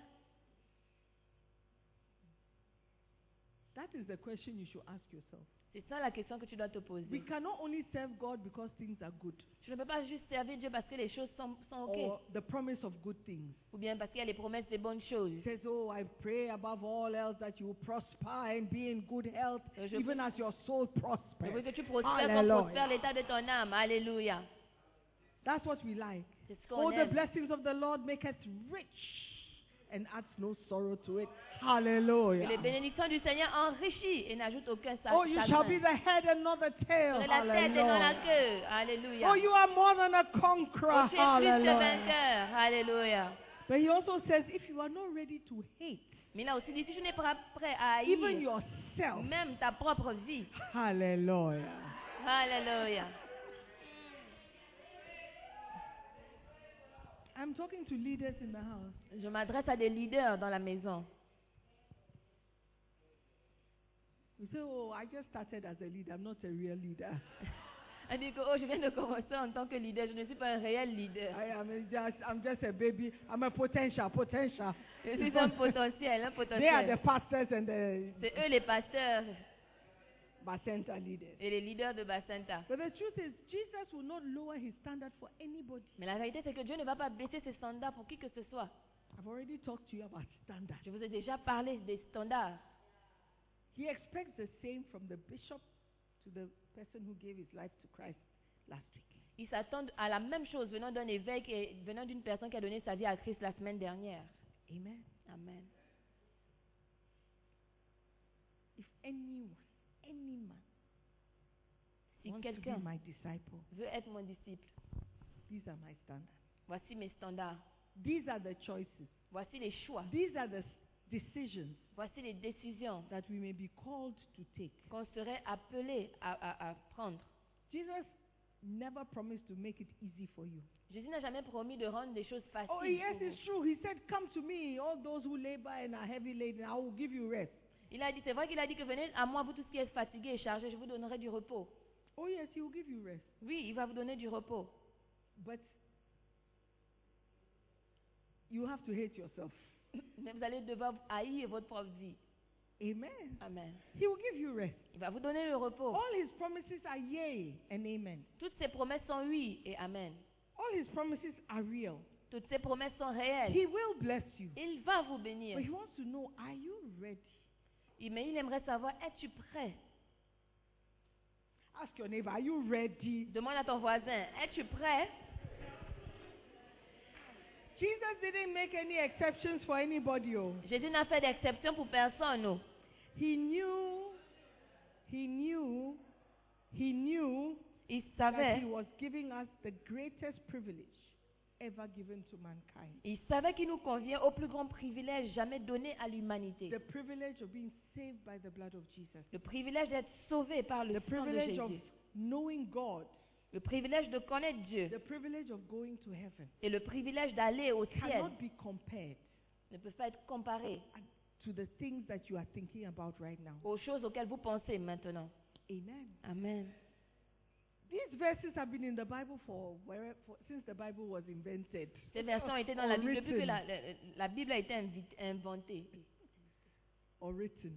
That is the question you should ask yourself. C'est ça la question que tu dois te We poser. cannot only serve God because things are good Tu ne peux pas juste servir Dieu parce que les choses sont, sont or OK the promise of good things. ou bien parce qu'il y a les promesses des bonnes choses. He says, Oh, I pray above all else that you will prosper and be in good health, Euh, je even as your soul Je veux prospers. que tu prospères comme Alléluia. prospère l'état de ton âme. Alléluia. That's what we like. C'est ce qu'on All the aime. blessings of the Lord make us rich and adds no sorrow to it. Que les Hallelujah. bénédictions du Seigneur enrichissent et n'ajoutent aucun sa- Oh, you shall chagrin. be the head and not the tail. Serait la tête et non la Hallelujah. queue. Alléluia. Oh, you are more than a Oh, conqueror. tu es plus que Hallelujah. vainqueur. Alléluia. But he also says, if you are not ready to hate Mais là aussi, dit, si tu n'es pas prêt à even haïr yourself, même ta propre vie. hallelujah. Alléluia. I'm talking to leaders in the house. Je m'adresse à des leaders dans la maison. You say, Oh, I just started as a leader. I'm not a real leader. On dit que oh, je viens de commencer en tant que leader, je ne suis pas un réel leader. I am a just, I'm just a baby. I'm a potential, potential. Je suis un potentiel, un They are potentiel. the pastors and the C'est eux les pasteurs Bacenta leaders. et les leaders de Bacenta. But the truth is, Jesus will not lower his standard for anybody. Mais la vérité, c'est que Dieu ne va pas baisser ses standards pour qui que ce soit. I've already talked to you about standard. Je vous ai déjà parlé des standards. He expects the same from the bishop to the person who gave his life to Christ last week. Ils s'attendent à la même chose venant d'un évêque et venant d'une personne qui a donné sa vie à Christ la semaine dernière. Amen. Amen. If anyone, any man Si wants to be quelqu'un my disciple, veut être mon disciple, these are my standards. voici mes standards, These are the choices. voici les choix, These are the s- decisions voici les décisions that we may be called to take. qu'on serait appelé à, à- à prendre. Jesus never promised to make it easy for you. Jésus n'a jamais promis de rendre des choses faciles. Oh, yes, pour vous. it's true. He said, Come to me, all those who labor and are heavy laden, I will give you rest. Il a dit, c'est vrai qu'il a dit que venez à moi, vous tous qui êtes fatigués et chargés, je vous donnerai du repos. Oh, yes, He will give you rest. Oui, il va vous donner du repos. But you have to hate yourself. Mais vous allez devoir haïr votre propre vie. Amen. Amen. Oh. He will give you rest. Il va vous donner le repos. All His promises are yea and amen. Toutes ces promesses sont oui et amen. All His promises are real. Toutes ces promesses sont réelles. He will bless you. Il va vous bénir. But He wants to know are you ready? Il- Mais il aimerait savoir, es-tu prêt Ask your neighbor, are you ready? Demande à ton voisin, es-tu prêt Jesus didn't make any exceptions for anybody. Oh. Jésus n'a fait d'exception pour personne. oh. non. He knew, he knew, he knew Il that savait, he was giving us the greatest privilege ever given to mankind. il savait qu'il nous convient au plus grand privilège jamais donné à l'humanité. The privilege of being saved by the blood of Jesus. Le privilège d'être sauvé par le The sang de privilege of Jésus. knowing God. Le privilège de connaître Dieu. The privilege of going to heaven Et le privilège d'aller au ciel cannot be compared ne peuvent pas être comparés to the things that you are thinking about right now. aux choses auxquelles vous pensez maintenant. Amen. Amen. These verses have been in the Bible for, where, for since the Bible was invented. Ces versions étaient dans la Bible depuis que written. la, la- la Bible a été invi- inventée. or written.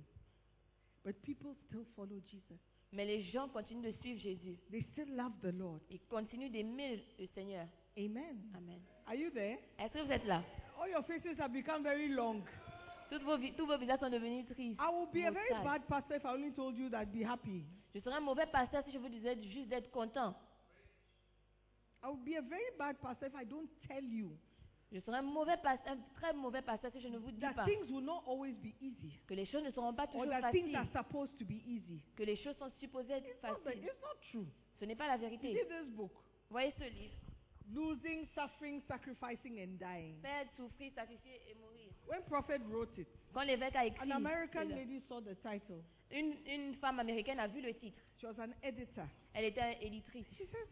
But people still follow Jesus. Mais les gens continuent de suivre Jésus. They still love the Lord. Ils continuent d'aimer le Seigneur. Amen. Amen. Are you there? Est-ce que vous êtes là? All your faces have become very long. Toutes vos vi- tous vos visages sont devenus tristes. I would be a very maussades. bad pastor if I only told you that be happy. Je serais un mauvais pasteur si je vous disais juste d'être content. I would be a very bad pastor if I don't tell you Je serais un mauvais pasteur, un très mauvais pasteur si je ne vous dis that pas things will not always be easy que les choses ne seront pas or toujours that things faciles, are supposed to be easy. que les choses sont supposées être It's not, the- faciles. it's not true. Ce n'est pas la You vérité. see this book, Voyez ce livre. Losing, Suffering, Sacrificing, and Dying. Faire, souffrir, sacrifier et mourir. When Prophet wrote it, Quand l'évêque a écrit, an American cela, lady saw the title. une, une femme américaine a vu le titre. She was an editor. Elle était éditrice. She says,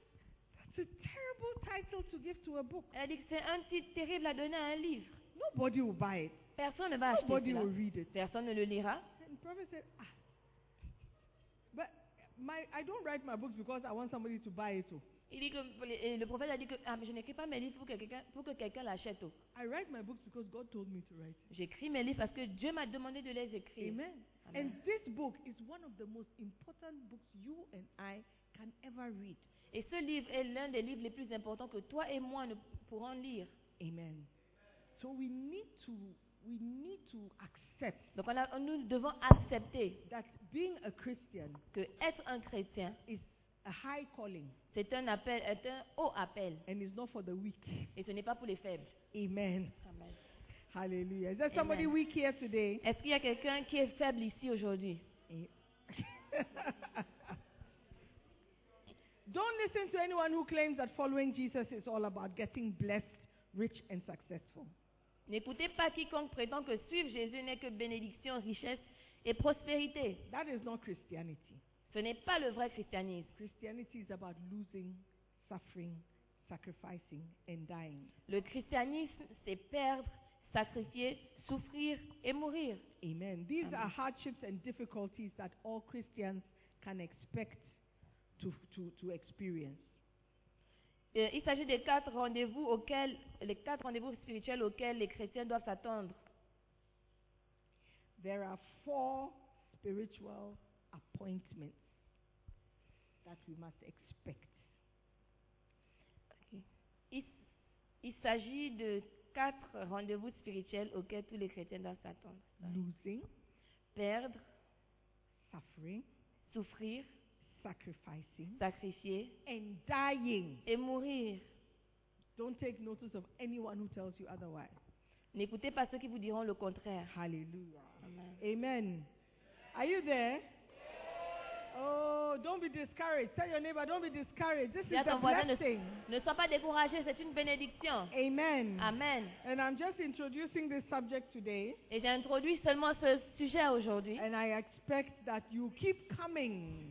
That's a terrible title to give to a book. Elle a dit que c'est un titre terrible à donner à un livre. Nobody will buy it. Personne ne va acheter Nobody cela. will read it. Personne ne le lira. And prophet said, Ah. But my, I don't write my books because I want somebody to buy it. oh. Il dit que, et le prophète a dit que Ah, mais je n'écris pas mes livres pour que quelqu'un pour que quelqu'un l'achète. oh. I write my books because God told me to write it. J'écris mes livres parce que Dieu m'a demandé de les écrire. Amen. Amen. And this book is one of the most important books you and I can ever read. Et ce livre est l'un des livres les plus importants que toi et moi nous pourrons lire. Amen. So we need to we need to accept Donc on a- nous devons accepter that being a Christian que être un chrétien, is a high calling c'est un appel, est un haut appel, and is not for the weak. et ce n'est pas pour les faibles. Amen. Hallelujah. Is there somebody Amen. Eh. weak here today? Est-ce qu'il y a quelqu'un qui est faible ici aujourd'hui Don't listen to anyone who claims that following Jesus is all about getting blessed, rich, and successful. N'écoutez pas quiconque prétend que suivre Jésus n'est que bénédiction, richesse et prospérité. That is not Christianity. Ce n'est pas le vrai christianisme. Christianity is about losing, suffering, sacrificing and dying. Le christianisme, c'est perdre, sacrifier, souffrir et mourir. Amen. These are hardships and difficulties that all Christians can expect to, to, to experience. Euh, il s'agit des quatre rendez-vous auxquels, les quatre rendez-vous spirituels auxquels les chrétiens doivent s'attendre. There are four spiritual appointments that we must expect. Il, il s'agit de quatre rendez-vous spirituels auxquels tous les chrétiens doivent s'attendre. Losing, Perdre, suffering, souffrir, sacrificing, sacrifier and dying. et mourir. Don't take notice of anyone who tells you otherwise. N'écoutez pas ceux qui vous diront le contraire. Hallelujah. Amen. Amen. Are you there? Oh, don't be discouraged. Tell your neighbor, don't be discouraged. This is Dis à a ton voisin, ne, blessing. ne sois pas découragé, c'est une bénédiction. Amen. Amen. And I'm just introducing this subject today, Et j'ai introduit seulement ce sujet aujourd'hui. and I expect that you keep coming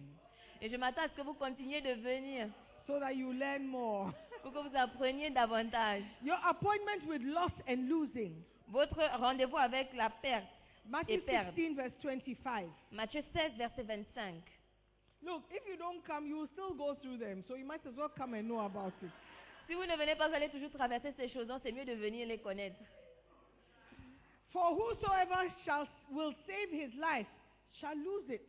Et je m'attends à ce que vous continuiez de venir so that you learn more. pour que vous appreniez davantage. Your appointment with loss and losing. Votre rendez-vous avec la perte. Matthew Et perdre. 16, verse 25. Matthieu 16, verset 25. Look, if you don't come, you will still go through them, so you might as well come and know about it. Si vous ne venez pas, vous allez toujours traverser ces choses, donc c'est mieux de venir les connaître. For whosoever shall will save his life shall lose it,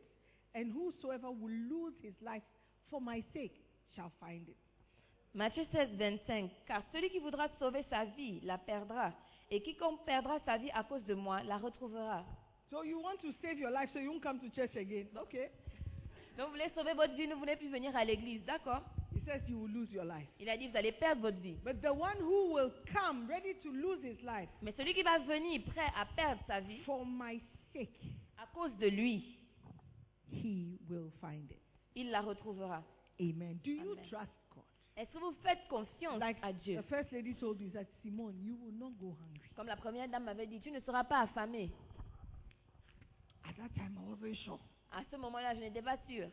and whosoever will lose his life for my sake shall find it. Matthieu 16, 25. Car celui qui voudra sauver sa vie la perdra, et quiconque perdra sa vie à cause de moi la retrouvera. So you want to save your life so you won't come to church again. Okay. Donc vous voulez sauver votre vie, ne voulez plus venir à l'église, d'accord He says you will lose your life. Il a dit, vous allez perdre votre vie. But the one who will come ready to lose his life Mais celui qui va venir prêt à perdre sa vie, for my sake, à cause de lui, he will find it. il la retrouvera. Amen. Do you Amen. trust God? Est-ce que vous faites confiance Like à Dieu The first lady told you that Simone, you will not go hungry. Euh, Comme la première dame m'avait dit, tu ne seras pas affamé. At that time, I was very sure, À ce moment-là, je n'étais pas sûre.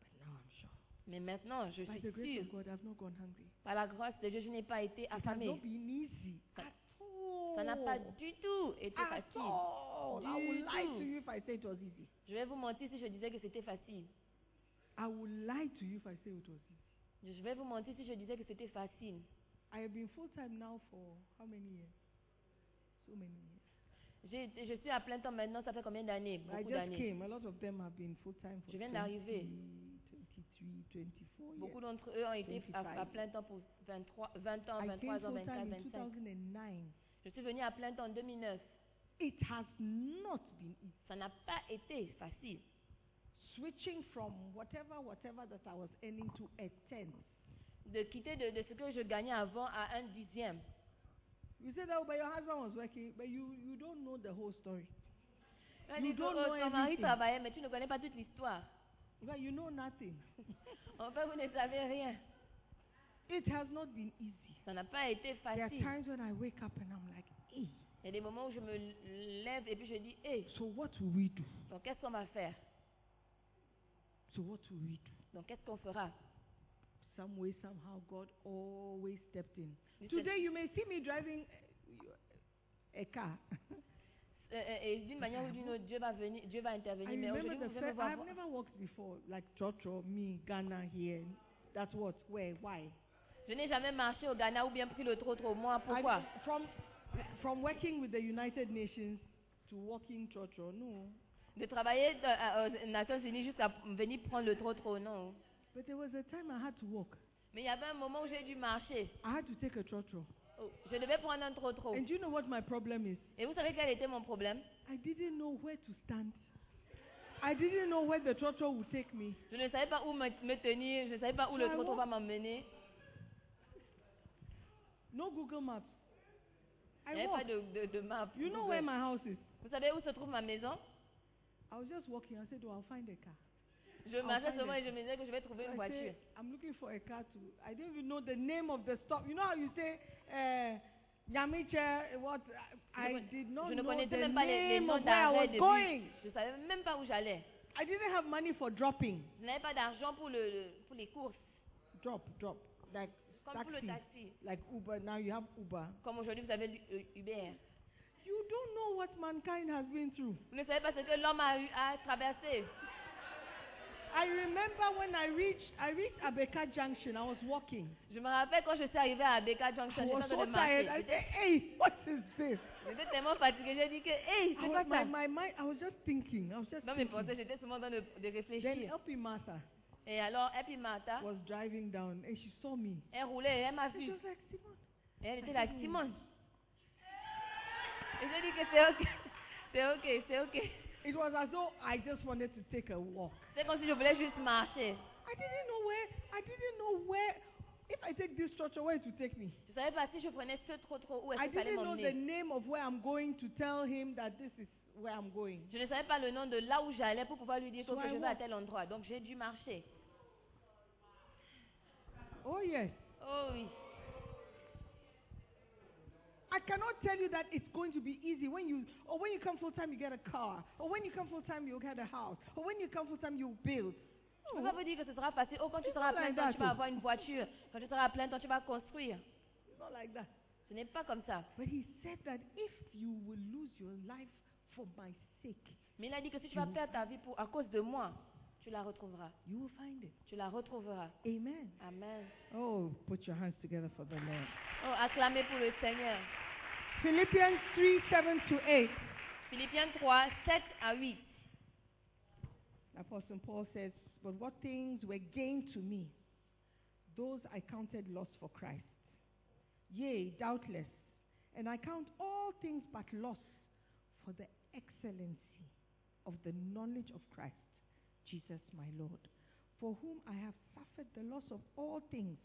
but now I'm sure. Mais maintenant, je By the suis grace sûre. of God, I've not gone hungry. Par la grâce de Dieu, je n'ai pas été It has affamée. not been easy Ça- at all. Ça n'a pas du tout été at facile. all. I Du would lie tout. to you if I say it was easy. Je vais vous mentir si je disais que c'était facile. I would lie to you if I say it was easy. Je vais vous mentir si je disais que c'était facile. I have been full time now for how many years? So many years. J'ai été- je suis à plein temps maintenant, ça fait combien d'années I Beaucoup just d'années. came. A lot of them have been full time for Je viens 20, d'arriver. 23, 24 Beaucoup years. d'entre eux ont été à, à 25. plein temps pour 23, 20 ans, I came 23 ans, full 24, time in 25. 2009. Je suis venue à plein temps en 2009. It has not been easy. Ça n'a pas été facile. Switching from whatever, whatever that I was earning to a tenth. De quitter de, de ce que je gagnais avant à un dixième. You said, oh, but your husband was working, but you, you don't know the whole story. Elle You dit, don't Oh, know ton mari everything. travaillait, mais tu ne connais pas toute l'histoire. But you know nothing. Enfin, vous ne savez rien. It has not been easy. Ça n'a pas été There facile. are times when I wake up and I'm like, hey, Il y a des moments où je me lève et puis je dis, hé, so what will we do? donc qu'est-ce qu'on va faire So what will we do? Donc qu'est-ce qu'on fera Some way, somehow, God always stepped in. Listen. Today you may see me driving uh, a car. Euh, euh, Et d'une manière ou d'une autre, Dieu va venir, Dieu va I intervenir. Mais remember aujourd'hui, vous pouvez me the first. voir. I've never walked before, like Trotro, me, Ghana, here. That's what, where, why? Je n'ai jamais marché au Ghana ou bien pris le trottoir au moins. Pourquoi I- from from working with the United Nations to walking Trotro, no. De travailler dans- à- aux Nations Unies jusqu'à venir prendre le trottoir, non. But there was a time I had to walk. Mais il y avait un moment où j'ai dû marcher. I had to take a Trotro. Oh, Je devais prendre un trottoir. And do you know what my problem is? Et vous savez quel était mon problème I didn't know where to stand. I didn't know where the trotro would take me. Je ne savais pas où me, me tenir, je ne savais pas où le Ah, trottoir ouais. va m'emmener. No Google Maps. Il I n'y avait pas walked. de, de, de map. Ah You know Google. where my house is. Vous savez où se trouve ma maison I was just walking. I said, "Oh, I'll find a car." Je I'll marchais find seulement it. et je me disais que je vais trouver So une I voiture. said, I'm looking for a car to. I didn't even know the name of the stop. You know how you say, uh, Nyamiche, what? I, I je did ne- not je ne know connaissais the même pas les, les name noms of where I d'arrêt was de bus. going. Je ne savais même pas où j'allais. I didn't have money for dropping. Je n'avais pas d'argent pour, le, le- pour les courses. drop, drop. Like Comme pour le taxi, taxi. like Uber. Now you have Uber. Comme aujourd'hui, vous avez du- euh, Uber. You don't know what mankind has been through. Vous ne savez pas ce que l'homme a, eu- a traversé. I remember when I reached, I reached Abeka Junction. I was walking. Je me rappelle quand je suis arrivée à Becca Junction, I j'étais en was train so de tired. marcher. I said, "Hey, what is this?" J'étais tellement fatiguée, j'ai dit que, hey, I c'est quoi was, ça my, my mind, I was just thinking. I was just Dans mes pensées, thinking. j'étais souvent en train de, de Then réfléchir. Happy Martha Et alors, Happy Martha, was driving down, and she saw me. elle roulait et elle m'a And she vu. was like, "Simon, Et elle était là, Simone. Et j'ai dit que c'est ok, c'est ok, c'est ok. It was as though I just wanted to take a walk. C'est comme si je voulais juste marcher. I didn't know where. I didn't know where. If I take this structure, where it will take me. Je savais pas si je prenais ce trop trop où est-ce I que ça allait didn't know the m'emmener. name of where I'm going to tell him that this is where I'm going. Je ne savais pas le nom de là où j'allais pour pouvoir lui dire So que I je vais à walked. tel endroit. Donc j'ai dû marcher. Oh yes. Oh oui. I cannot tell you that it's going to be easy when you, or when you come full time, you get a car, or when you come full time, you get a house, or when you come full time, you build. Je ne peux pas vous dire que ce sera facile. Oh, quand tu It's seras à not plein like temps, that, tu vas oh. avoir une voiture. Quand tu seras à plein temps, tu vas construire. It's not like that. Ce n'est pas comme ça. But he said that if you will lose your life for my sake, Mais il a dit que si tu vas perdre ta vie pour, à cause de moi, tu la retrouveras. you will find it. Tu la retrouveras. Amen. Amen. Oh, put your hands together for the Lord. Oh, acclamez pour le Seigneur. Philippians 3 7 to 8. Philippiens 3, 7 à 8. Apostle Paul says, But what things were gain to me, those I counted loss for Christ. Yea, doubtless, and I count all things but loss for the excellency of the knowledge of Christ, Jesus my Lord, for whom I have suffered the loss of all things,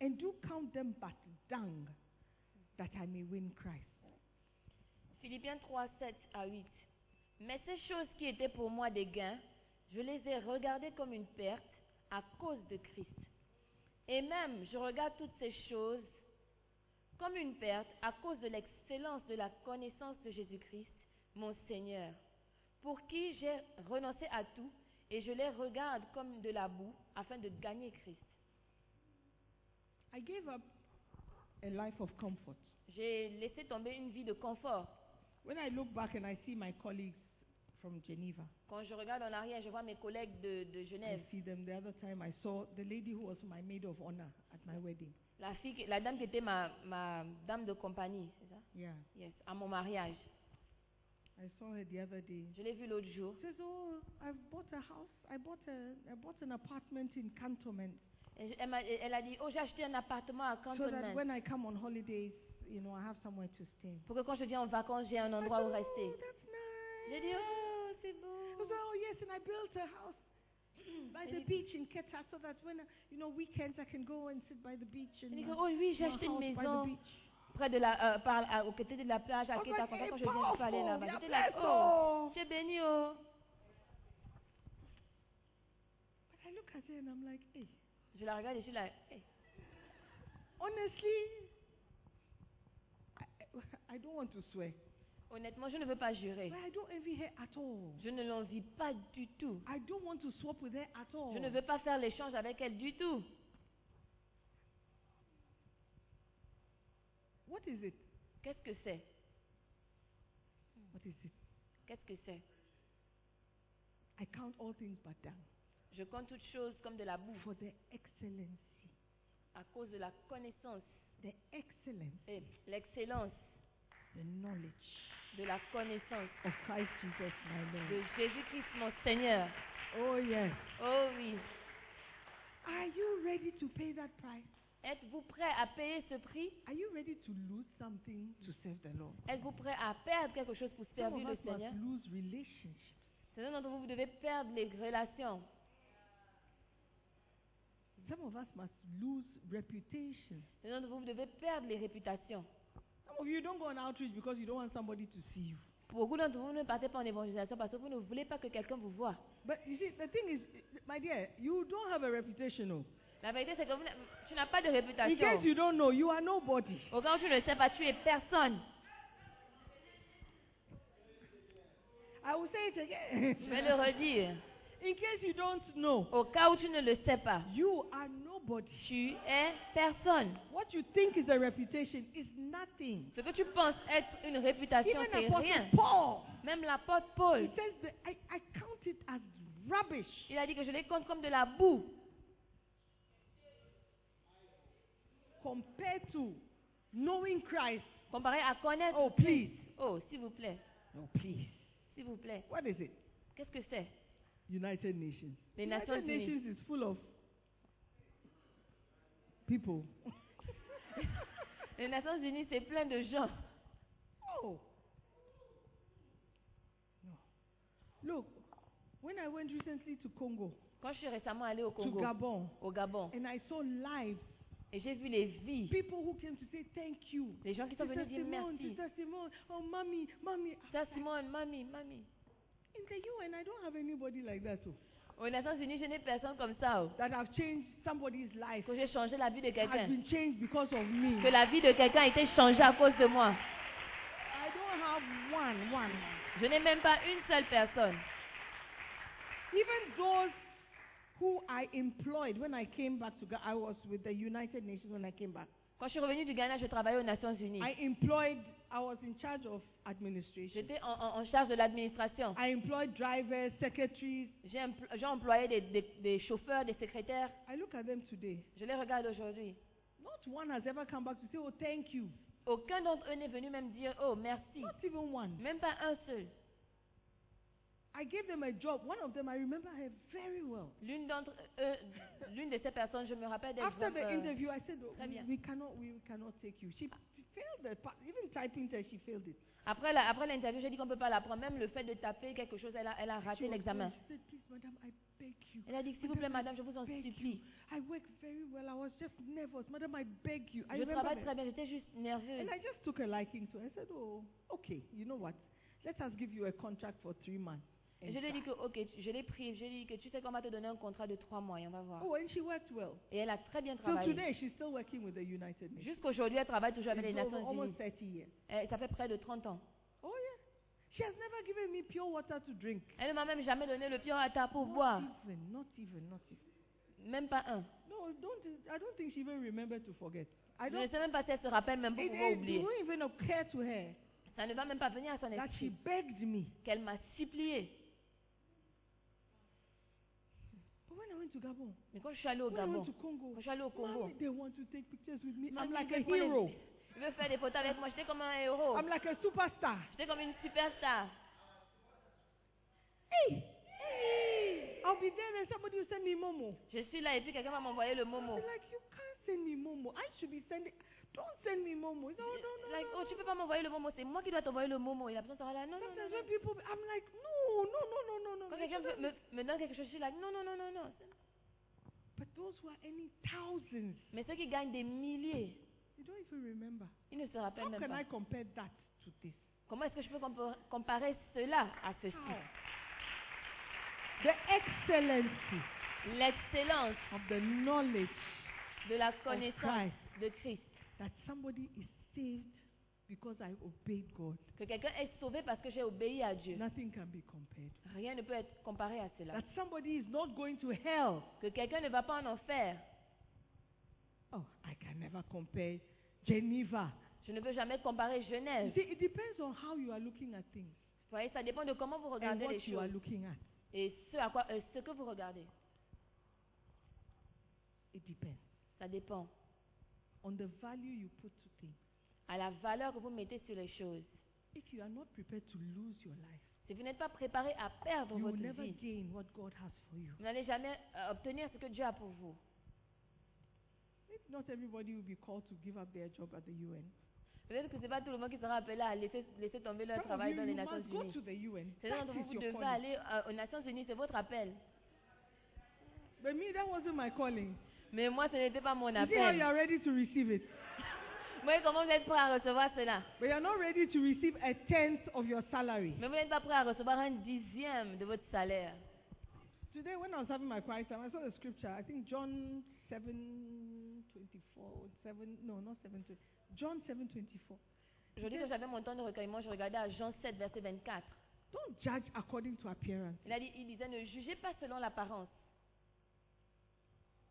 and do count them but dung, that I may win Christ. Philippiens 3, 7 à 8. Mais ces choses qui étaient pour moi des gains, je les ai regardées comme une perte à cause de Christ. Et même, je regarde toutes ces choses comme une perte à cause de l'excellence de la connaissance de Jésus-Christ, mon Seigneur, pour qui j'ai renoncé à tout et je les regarde comme de la boue afin de gagner Christ. I gave up a life of comfort. J'ai laissé tomber une vie de confort. When I look back and I see my colleagues from Geneva, Quand je regarde en arrière, je vois mes collègues de, de I Genève. see them. The other time I saw the lady who was my maid of honor at my wedding. La, fille, qui- la dame qui était ma, ma dame de compagnie, c'est ça Yeah. Yes, à mon mariage. I saw her the other day. Je l'ai vue l'autre jour. She says, Oh, I've bought a house. I bought, a, I bought an apartment in Cantonment Et je- elle, m'a- elle a dit, oh, j'ai acheté un appartement à so that Cantonment. when I come on holidays, you know, I have somewhere to stay. Pour que quand je viens en vacances, j'ai un I endroit said, où oh, rester. J'ai that's dit, nice. oh, c'est I said, beau. oh, yes, and I built a house by the beach in Keta so that when, I- you know, weekends I can go and sit by the beach and Elle dit, uh, oh oui, j'ai my acheté une house by the maison beach. près de la, euh, par, à- aux côtés de la plage, à I was Keta, like, comme ça, hey, quand je viens, je peux aller powerful, là-bas. yeah, J'étais là, bless, oh, oh. j'ai béni, oh. But I look at her and I'm like, "Eh, hey, Je la regarde et je suis là, Hey. honestly, I, I- I don't want to swear, honnêtement, je ne veux pas jurer. but I don't envy her at all. Je ne l'envie pas du tout. I don't want to swap with her at all. Je ne veux pas faire l'échange avec elle du tout. What is it? Qu'est-ce que c'est What is it? Qu'est-ce que c'est I count all things but down Je compte toutes choses comme de la boue for the excellency, à cause de la connaissance, the excellence, et l'excellence the knowledge de la connaissance of Christ Jesus, my de Lord. Jésus-Christ mon Seigneur. Oh yes. Oh oui, Are you ready to pay that price? êtes-vous prêt à payer ce prix Are you ready to lose something to serve the Lord? Êtes-vous prêt à perdre quelque chose pour Some of servir le us must Seigneur lose relationships. Certains d'entre vous, vous devez perdre les relations. Some of us must lose reputation. Certains d'entre vous, vous devez perdre les réputations. Some of you don't go on outreach because you don't want somebody to see you. Beaucoup d'entre vous ne partez pas en évangélisation parce que vous ne voulez pas que quelqu'un vous voie. But you see, the thing is, my dear, you don't have a reputation. Oh. La vérité, c'est que vous n'a- tu n'as pas de In case réputation. you don't know, you are nobody. Au cas où tu ne le sais pas, tu es personne. I will say it Je vais again. le redire. In case you don't know, Au cas où tu ne le sais pas, you are nobody. tu es personne. What you think is a reputation is nothing. Ce que tu penses être une réputation, Even c'est Apostle rien. Paul, Même l'apôtre he Paul, says that I, I count it as rubbish. il a dit que je les compte comme de la boue compared to knowing Christ. comparé à connaître. Oh, please. Oh, s'il vous plaît, No, please. s'il vous plaît. What is it? Qu'est-ce que c'est United Nations. Les United Nations Unies. Nations is full of people. Les Nations Unies, c'est plein de gens. Oh. No. Look, when I went recently to Congo, Quand je suis récemment allée au Congo, to Gabon, au Gabon, and I saw lives, et j'ai vu les vies, people who came to say thank you. les gens qui sont Sister venus dire Simone, merci. Sister Simone, oh mommy, mommy. Ça, Simone, mamie, mamie. In the UN, I don't have anybody like that. Oh, Aux Nations Unies, je n'ai personne comme ça. oh. that have changed somebody's life. Que j'ai changé la vie de has quelqu'un. been changed because of me. Que la vie de quelqu'un a été changée à cause de moi. I don't have one, one. Je n'ai même pas une seule personne. Even those who I employed when I came back to Ghana, I was with the United Nations when I came back. Quand je suis revenue du Ghana, je travaillais aux Nations Unies. I employed, I was in charge of administration. J'étais en, en- en charge de l'administration. I employed drivers, secretaries. J'ai empl- j'ai employé des, des- des chauffeurs, des secrétaires. I look at them today. Je les regarde aujourd'hui. Not one has ever come back to say, oh, thank you. Aucun d'entre eux n'est venu même dire Oh, merci. Not even one. Même pas un seul. I gave them a job. One of them, I remember her very well. L'une d'entre eux, l'une de ces personnes, je me rappelle d'elle. After the vraiment, euh, interview, I said, oh, très we, bien. we cannot, we cannot take you. She failed the part. Even typing test, she failed it. Après la- après l'interview, j'ai dit qu'on ne peut pas la prendre. Même le fait de taper quelque chose, elle a, elle a She raté was l'examen. going, She said, please, madam, I beg you. Elle a dit S'il vous plaît, madame, je vous en beg you. supplie. I work very well. I was just nervous. Madam, I beg you. I Je remember travaille that. très bien, j'étais juste nerveuse. And I just took a liking to her. I said, oh, okay, you know what? Let us give you a contract for three months. Et and je lui ai dit try." que, ok, tu- je l'ai pris, je lui ai dit que tu sais qu'on va te donner un contrat de trois mois et on va voir. Oh, and she worked well. Et elle a très bien Till travaillé. today, she's still working with the United Nations. Jusqu'aujourd'hui, elle travaille toujours avec les It's over Nations Unies. almost 30 years. Elle- ça fait près de 30 ans. Oh, yeah. She has never given me pure water to drink. Elle ne m'a même jamais donné le pied à ta pour boire. Not even, not even, not even. Même pas un. No, don't, I don't think she even remembered to forget. I Je ne don't, sais même pas si elle se rappelle même pour it, pouvoir it, it oublier. won't even occur to her Ça ne va même pas venir à son that she esprit begged me. qu'elle m'a supplié. But when I went to Gabon, Mais quand je suis allée au when I Gabon, went to Congo, quand je suis allée au Congo, Mommy, they want to take pictures with me. I'm Mommy, like they a want to- hero. je veux faire des photos avec moi. J'étais comme un héros. I'm like a superstar. J'étais comme une superstar. Hey, hey. I'll be there and somebody will send me Momo. Je suis là et puis quelqu'un va m'envoyer le I'll momo. be like, you can't send me Momo. I should be sending. Don't send me Momo. No, no, no. Like, no, oh, no. tu peux pas m'envoyer le momo. C'est moi qui dois t'envoyer le momo. Et la personne sera là. Non, non, non. Sometimes non. when people, I'm like, no, no, no, no, no, no. Quand no. It quelqu'un me, shouldn't be. me- me donne quelque chose, je suis là. Non, non, non, non, non. But those who are any thousands, Mais ceux qui gagnent des milliers, you don't even remember. ils ne se rappellent How même can pas. I compare that to this? Comment est-ce que je peux compa- comparer cela à ceci How? The excellency L'excellence of the knowledge de la of connaissance Christ de Christ. that somebody is saved because I obeyed God. Que quelqu'un est sauvé parce que j'ai obéi à Dieu. Nothing can be compared. Rien ne peut être comparé à cela. That somebody is not going to hell. Que quelqu'un ne va pas en enfer. Oh, I can never compare Geneva. Je ne peux jamais comparer You Genève. see, it depends on how you are looking at things Vous voyez, ça dépend de comment vous and regardez les what you are choses looking at. et ce, à quoi, euh, ce que vous regardez. It depends Ça dépend on the value you put to things. à la valeur que vous mettez sur les choses. If you are not préparé to lose your life, Si vous n'êtes pas préparé à perdre you will votre never vie, gain what God has for you. vous n'allez jamais euh, obtenir ce que Dieu a pour vous. Maybe not everybody will be called to give up their job at the UN. Peut-être que ce n'est pas tout le monde qui sera appelé à laisser, laisser tomber leur Some of travail you, dans les you Nations must go Unies. to the UN. C'est That donc vous, is vous your devez calling. aller euh, aux Nations Unies, c'est votre appel. But me, that wasn't my calling. Mais moi, ce n'était pas mon You see how appel. you are ready to receive it, Vous voyez comment vous êtes prêt à recevoir cela but you are not ready to receive a tenth of your salary. Mais vous n'êtes pas prêt à recevoir un dixième de votre salaire. Today, when I was having my quiet time, I saw the scripture. I think John seven twenty-four, seven no, not seven twenty. John seven twenty-four. Aujourd'hui, quand j'avais mon temps de recueillement, je regardais à Jean 7, verset 24. Don't judge according to appearance. Il, a dit- il disait, ne jugez pas selon l'apparence,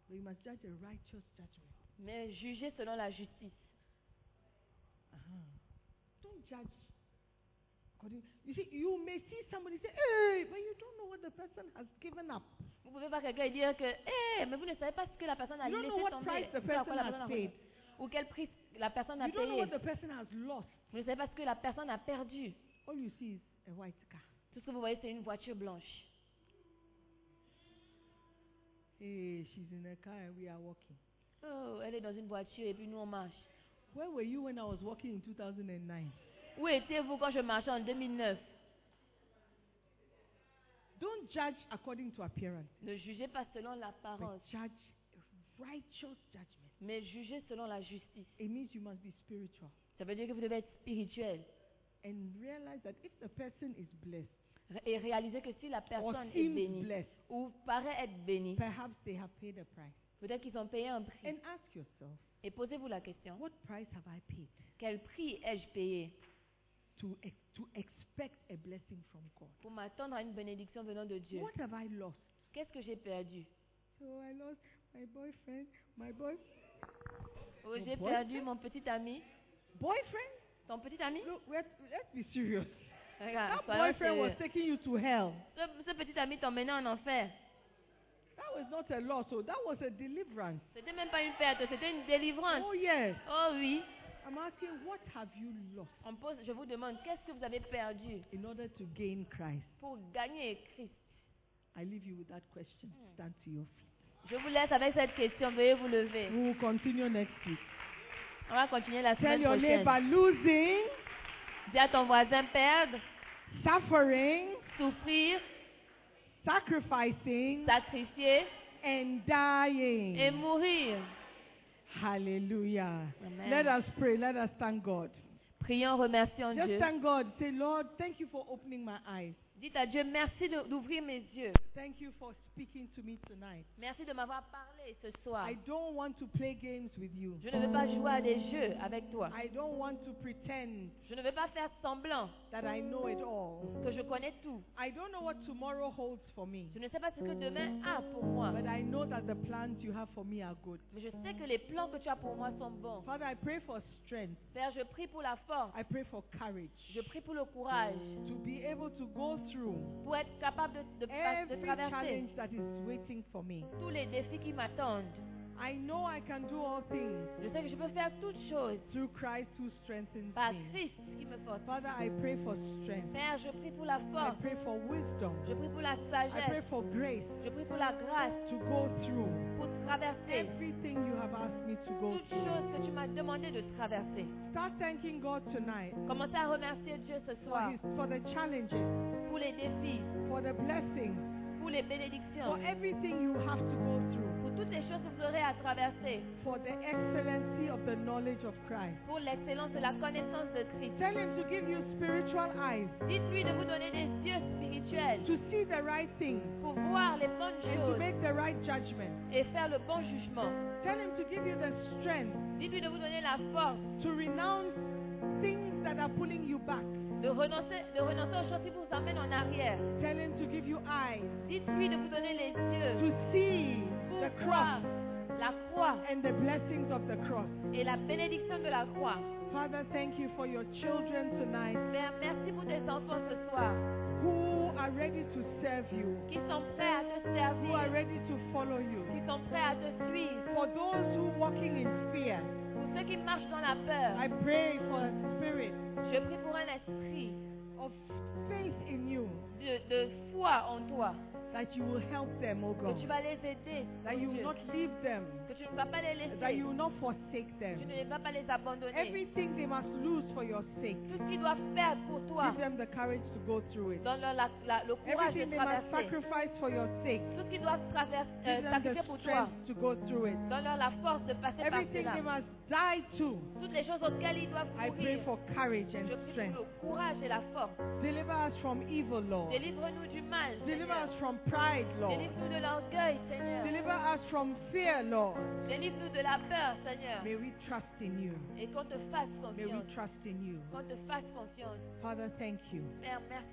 But you must judge a righteous judgment. mais jugez selon la justice. Don't judge. according- You see, you may see somebody say, hey, but you don't know what the person has given up. Vous pouvez voir quelqu'un et dire que, hé, mais vous ne savez pas ce que la personne a You don't laissé know what tomber, price the ce à quoi person la has personne a paid. rendu- ou quel prix la personne a You don't know payé. what the person has lost. Vous ne savez pas ce que la personne a perdu. All you see is a white car. Tout ce que vous voyez, c'est une voiture blanche. Hey, she's in a car and we are walking. Oh, elle est dans une voiture et puis nous on marche. Where were you when I was walking in 2009? Où étiez-vous quand je marchais en 2009 Don't judge according to appearance, Ne jugez pas selon but l'apparence, judge a righteous judgment. mais jugez selon la justice. It means you must be spiritual Ça veut dire que vous devez être spirituel and realize that if the person is blessed et réaliser que si la or personne est seems bénie blessed, ou paraît être bénie, perhaps they have paid a price. peut-être qu'ils ont payé un prix. And ask yourself, et posez-vous la question, what price have I paid quel prix ai-je payé to, ex- to expect a blessing from God? pour m'attendre à une bénédiction venant de Dieu What have I lost? Qu'est-ce que j'ai perdu So I lost my boyfriend, my boy, Oh, Mon J'ai boy- perdu mon petit ami. boyfriend. Ton petit ami Look, let's, let's be serious. Regarde, That soyons boyfriend was sérieux. taking you to hell. ce, ce petit ami t'emmenait en enfer. That was not a loss, so that was a deliverance. C'était même pas une perte, c'était une délivrance. Oh yes. Oh oui. I'm asking, what have you lost On pose, je vous demande, qu'est-ce que vous avez perdu in order to gain Christ? pour gagner Christ I leave you with that question. Stand to your feet. Je vous laisse avec cette question. Veuillez vous lever. We will continue next week. On va continuer la Tell semaine your neighbor, prochaine. losing, Dis à ton voisin perdre, suffering, souffrir, sacrificing, sacrifier and dying. et mourir. Hallelujah. Amen. Let us pray. Let us thank God. Prions, remercions Just Dieu. thank God. Say, Lord, thank you for opening my eyes. Dites à Dieu merci de- d'ouvrir mes yeux. Thank you for speaking to me tonight. Merci de m'avoir parlé ce soir. I don't want to play games with you. Je ne veux pas jouer à des jeux avec toi. I don't want to pretend Je ne veux pas faire semblant that I know it all. que je connais tout. I don't know what tomorrow holds for me, Je ne sais pas ce que demain a pour moi. but I know that the plans you have for me are good. Mais je sais que les plans que tu as pour moi sont bons. Father, I pray for strength. Père, je prie pour la force. I pray for courage Je prie pour le courage. to be able to go through Pour être capable de, de pas- de every traverser challenge that is waiting for me. tous les défis qui m'attendent. I know I can do all things Je sais que je peux faire toutes choses through Christ who strengthens par me. Christ qui me porte. Father, I pray for strength. Père, je prie pour la I force. pray for wisdom. Je prie pour la I pray sagesse. for grace Je prie pour la grâce to go through pour traverser everything you have asked me to go toutes through. choses que tu m'as demandé de traverser. Start thanking God tonight Commencez à remercier Dieu ce for, soir his, for the challenges, pour les défis, for the blessings, pour les for bénédictions, everything you have to go through, pour toutes les choses que vous aurez à traverser, for the excellency of the knowledge of Christ. pour l'excellence de la connaissance de Christ. Tell him to give you spiritual eyes Dites-lui de vous donner des yeux spirituels to see the right things pour voir les bonnes and to choses make the right judgment. et faire le bon jugement. Tell him to give you the strength Dites-lui de vous donner la force to renounce things that are pulling you back. de renoncer, de renoncer aux choses qui vous emmènent en arrière. Tell him to give you eyes Dites-lui de vous donner les to yeux see pour the voir cross la croix and the blessings of the cross. et la bénédiction de la croix. Father, thank you for your children tonight. Père, merci pour tes enfants ce soir who are ready to serve you, qui sont prêts à te who are servir, ready to follow you. qui sont prêts à te suivre. For those who walking in fear, Pour ceux qui marchent dans la peur, I pray for a spirit je prie pour un esprit of faith in you de, de foi en toi, that you will help them, oh que tu God. vas les aider, That mon you Dieu, will not leave them, que tu ne vas pas les that laisser, you will not forsake tu them. ne vas pas les abandonner. Everything they must lose for your sake, Tout ce qu'ils doivent faire pour toi, give them the courage to go through it. donne-leur la- la- le courage de Everything they must traverser. sacrifice for your sake, Tout ce qu'ils doivent traverser, euh, give them sacrifier the pour toi, strength to go through it. donne-leur la force de passer par Everything cela. they must die to, Toutes les choses auxquelles ils doivent I pray courir, for courage and je prie strength. pour le courage et la force. Deliver us from evil, Lord. Délivre-nous du mal, Deliver Seigneur. us from pride, Lord. Délivre-nous de l'orgueil, Seigneur. Deliver us from fear, Lord. Délivre-nous de la peur, Seigneur. May we trust in you. Et qu'on te fasse May we confiance. trust in you. Qu'on te fasse confiance. Father, thank you. Père, merci.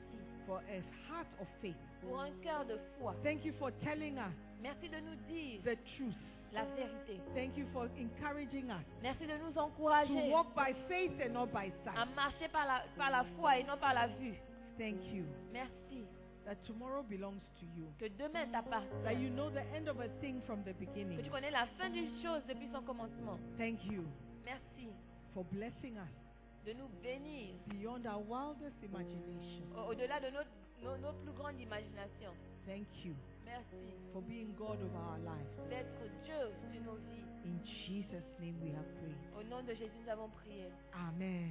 for a heart of faith. pour un cœur de foi. Thank you for telling us Merci de nous dire the truth. la vérité. Thank you for encouraging us Merci de nous to encourager walk by faith and not by à sight. marcher par la, par la foi et non par la vue. Thank you Merci that tomorrow belongs to you. que demain That t'appartient. you know the end of a thing from the Que tu beginning. connais la fin d'une chose depuis son commencement. Thank you Merci for blessing us de nous bénir beyond our wildest imagination. au- au-delà de notre, nos, nos plus grandes imaginations. Thank you Merci for being God over our lives. d'être Dieu sur nos vies. In Jesus' name we have prayed. Au nom de Jésus, nous avons prié. Amen.